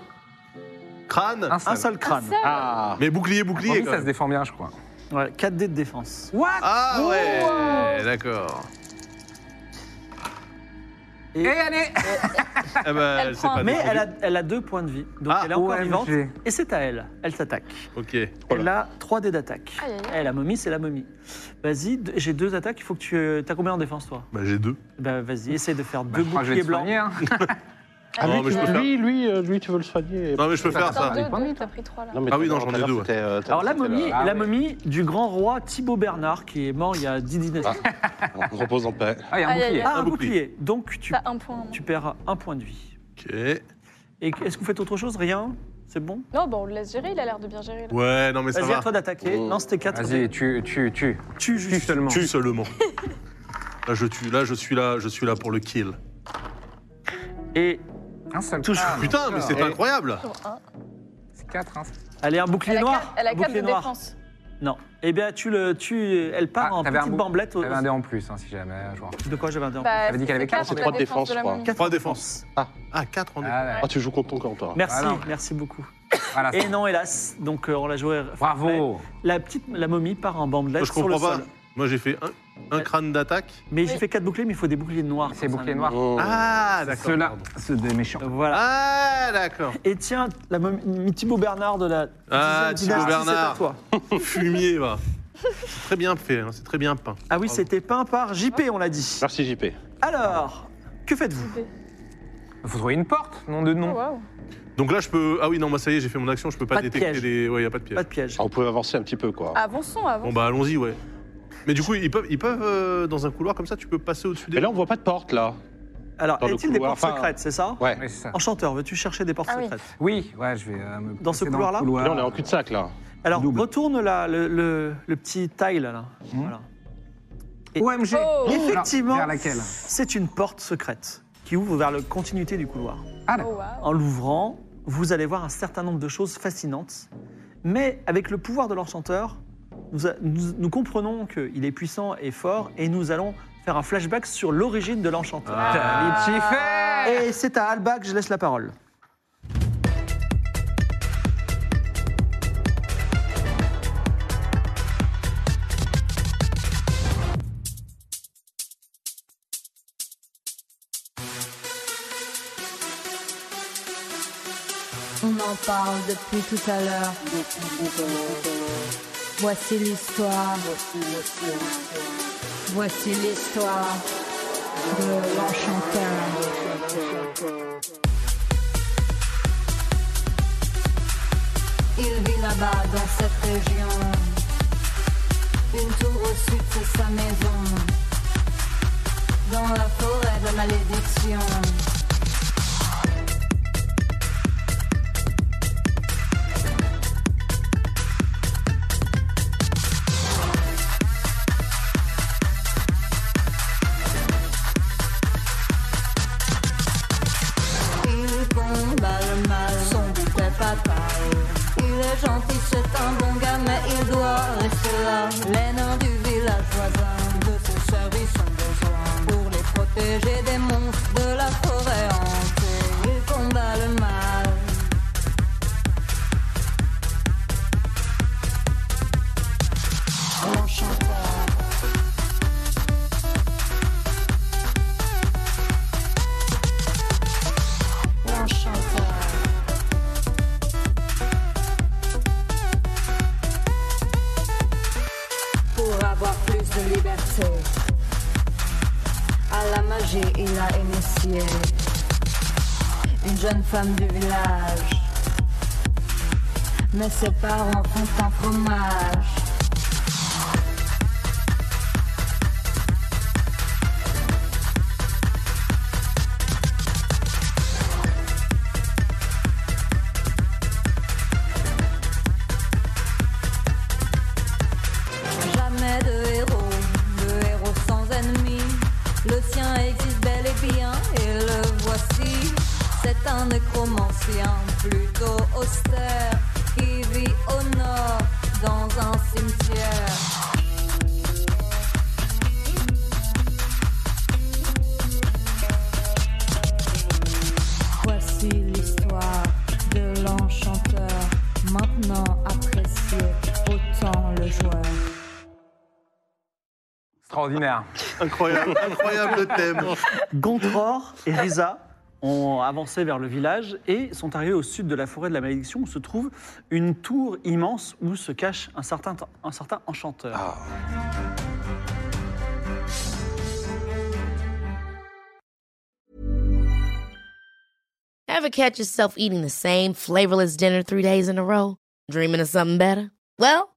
S4: Crâne
S5: Un seul.
S2: Un seul crâne.
S6: ça,
S9: Ah,
S4: Mais bouclier,
S5: En
S4: bouclier
S5: plus,
S4: quand
S5: ça se
S4: même.
S5: défend bien, je crois.
S2: Ouais, 4 dés de défense.
S5: What
S4: Ah ouais Eh, D'accord.
S5: Et allez
S4: Eh ben,
S6: Elle
S4: elle sait
S6: prend.
S4: pas
S5: Ah,
S2: Mais
S4: défendu.
S2: elle a, elle a 2 points de vie. Donc
S4: Ah,
S2: elle est encore
S5: OMG.
S2: vivante. Et c'est à elle. Elle t'attaque.
S4: Ok.
S5: Oh
S2: Elle a 3 dés d'attaque.
S6: Aïe, aïe, aïe.
S2: Eh, la momie, c'est la momie. Vas-y, d- j'ai deux attaques. Il faut que tu. euh, T'as combien en défense, toi
S4: Bah j'ai deux.
S2: Bah, vas-y, essaye de faire
S5: Bah,
S2: deux
S5: je crois que je vais
S2: boucliers
S5: te
S2: blancs.
S5: soigner, hein.
S6: Ah,
S4: non,
S6: lui,
S4: mais je
S6: tu
S4: peux
S6: l'as-
S4: faire.
S3: Lui, lui, euh, lui, tu veux le soigner.
S4: Non, mais je peux
S5: Ça,
S4: faire
S5: ça,
S4: ça.
S6: Attends,
S5: ça.
S6: deux, deux, euh, t'as pris trois là.
S9: Non, mais
S4: Ah oui,
S9: tout à
S4: non, j'en ai
S9: l'heure,
S4: deux, ouais.
S9: c'était, euh, t'as-
S2: Alors, la
S9: t'étais là.
S2: momie,
S5: Ah
S2: la
S5: ouais.
S2: momie du grand roi Thibaut Bernard, qui est mort il y a 10 dynasties.
S9: On repose en paix.
S5: Ah, il y a Ah, un
S6: Aïe, aïe,
S5: bouclier.
S6: aïe.
S2: Ah, un,
S4: Un
S2: bouclier.
S4: bouclier.
S2: Donc, tu,
S6: T'as un point. moi.
S2: tu perds un point de vie.
S4: Ok.
S2: Et que- est-ce que vous faites autre chose Rien C'est bon
S6: Non, bon, on le laisse gérer, il a l'air de bien gérer. Là.
S4: Ouais, non, mais ça
S2: Vas-y, à
S4: va.
S2: toi d'attaquer.
S9: Mmh.
S2: Lance tes 4
S5: Vas-y, tu, tu, tu.
S2: Tu
S5: Tu
S2: juste.
S5: seulement.
S4: Tue seulement. Là je tue, là je suis là, je suis là pour le kill.
S2: Et
S5: Un seul
S2: Touche.
S5: crâne.
S4: Putain, mais c'est
S5: Et-
S4: incroyable
S6: Sur un.
S5: C'est 4, hein.
S2: allez, un bouclier
S6: Elle a
S2: noir.
S6: quatre- elle a
S2: un
S6: 4 de
S2: bouclier noir.
S6: défense.
S2: Non. Eh bien, tu le, tu, elle part
S5: Ah,
S2: en
S5: t'avais un
S2: petite
S5: bou-
S2: bamblette. au-
S5: T'avais un dé en plus, hein, si jamais, je vois.
S4: Oh,
S2: De quoi j'avais un dé en plus
S6: Bah,
S5: avait dit qu'elle avait quatre,
S6: quatre,
S9: c'est
S6: la
S9: trois
S6: défense
S9: défenses,
S6: de la
S9: je crois.
S6: momie.
S2: Quatre
S4: Trois
S2: en
S4: défenses.
S2: plus.
S4: Ah, 4 en effet.
S5: Ah, ouais.
S9: Ah, tu joues contre ton camp, toi.
S2: Merci,
S5: Ah non.
S2: merci beaucoup.
S5: Voilà,
S2: Et
S5: c'est-
S2: non, hélas. Donc, euh, on l'a joué.
S5: Bravo
S2: La petite, la momie part en bamblette
S4: Moi, je
S2: sur
S4: comprends
S2: le
S4: pas.
S2: sol.
S4: Moi j'ai fait un, un crâne d'attaque.
S2: Mais j'ai
S6: Oui.
S2: fait 4 boucliers, mais il faut des boucliers noirs.
S5: C'est
S2: comme ça,
S5: bouclier
S2: les
S5: noir.
S9: Oh.
S4: Ah, d'accord.
S5: Ceux-là,
S4: pardon.
S5: ceux des méchants.
S2: noirs. Voilà.
S4: Ah, d'accord.
S2: Et tiens, la momie, Thibaut Bernard de la.
S4: Ah,
S2: dixième
S4: Thibaut
S2: dynastie, c'est à
S4: Bernard.
S2: toi.
S4: Fumier, va. C'est très bien fait, hein, c'est très bien peint.
S2: Ah oui, c'était peint par JP, on l'a dit.
S9: Merci, JP.
S2: Alors, que faites-vous
S5: Faut trouver une porte, nom de
S6: Oh,
S5: nom.
S6: waouh.
S4: Donc là, je peux. Ah oui, non, moi ça y est, j'ai fait mon action, je peux pas,
S2: Pas de
S4: détecter
S2: piège.
S4: les. Ouais, y a pas de piège.
S2: Pas de piège.
S9: Ah, on pouvait avancer un petit peu,
S6: Ah.
S9: quoi.
S6: Avançons,
S4: Bon,
S6: avançons.
S4: bah allons-y, ouais. Mais du coup, ils peuvent, ils peuvent euh, dans un couloir comme ça, tu peux passer au-dessus des.
S9: Mais là, on voit pas de porte, là.
S5: Ah,
S2: Alors,
S9: Dans le
S2: est-il des
S9: couloir,
S2: portes
S9: enfin,
S2: secrètes, c'est ça
S9: Ouais.
S5: Ouais, c'est ça.
S2: Enchanteur, veux-tu chercher des portes
S6: Ah oui.
S2: secrètes
S5: Oui, ouais, je vais euh, me
S2: Dans ce
S5: placer
S2: couloir-là
S5: le
S9: Là, on est en cul-de-sac, là.
S2: Alors,
S5: Double. Mmh.
S2: retourne la- le, le- le petit tile, là. Voilà. Et-
S5: OMG
S6: Oh.
S2: Effectivement.
S5: Alors, Vers laquelle
S2: C'est une porte secrète qui ouvre vers la continuité du couloir.
S5: Ah,
S6: Oh,
S5: d'accord.
S6: waouh.
S2: En l'ouvrant, vous allez voir un certain nombre de choses fascinantes. Mais avec le pouvoir de l'enchanteur, nous, a- nous- nous comprenons qu'il est puissant et fort et nous allons faire un flashback sur l'origine de l'enchanteur.
S5: T'as dit, tu fais
S2: Et c'est à Alba que je laisse la parole.
S8: On en parle depuis tout à l'heure. Voici l'histoire. Voici l'histoire de l'enchanteur. Il vit là-bas dans cette région. Une tour au sud, c'est sa maison. Dans la forêt de malédiction. Il combat le mal, son but est fatal. Il est gentil, c'est un bon gars, mais il doit rester là. Les nains du village voisin de ses services ont besoin pour les protéger des monstres de la forêt hantée. Il combat le mal. En chantant. Pour avoir plus de liberté, à la magie il a initié une jeune femme du village. Mais ses parents font un fromage. Jamais de héros, de héros sans ennemi. Le sien existe bel et bien, et le voici. C'est un nécromancien plutôt austère qui vit au nord dans un cimetière. Voici l'histoire de l'enchanteur, maintenant apprécié autant le joueur.
S5: Extraordinaire.
S4: Incroyable, incroyable le thème.
S2: Gontror et Risa ont avancé vers le village et sont arrivés au sud de la forêt de la malédiction où se trouve une tour immense où se cache un certain, un certain enchanteur.
S10: Ever catch yourself eating the same flavorless dinner three days in a row? Dreaming of something better? Well,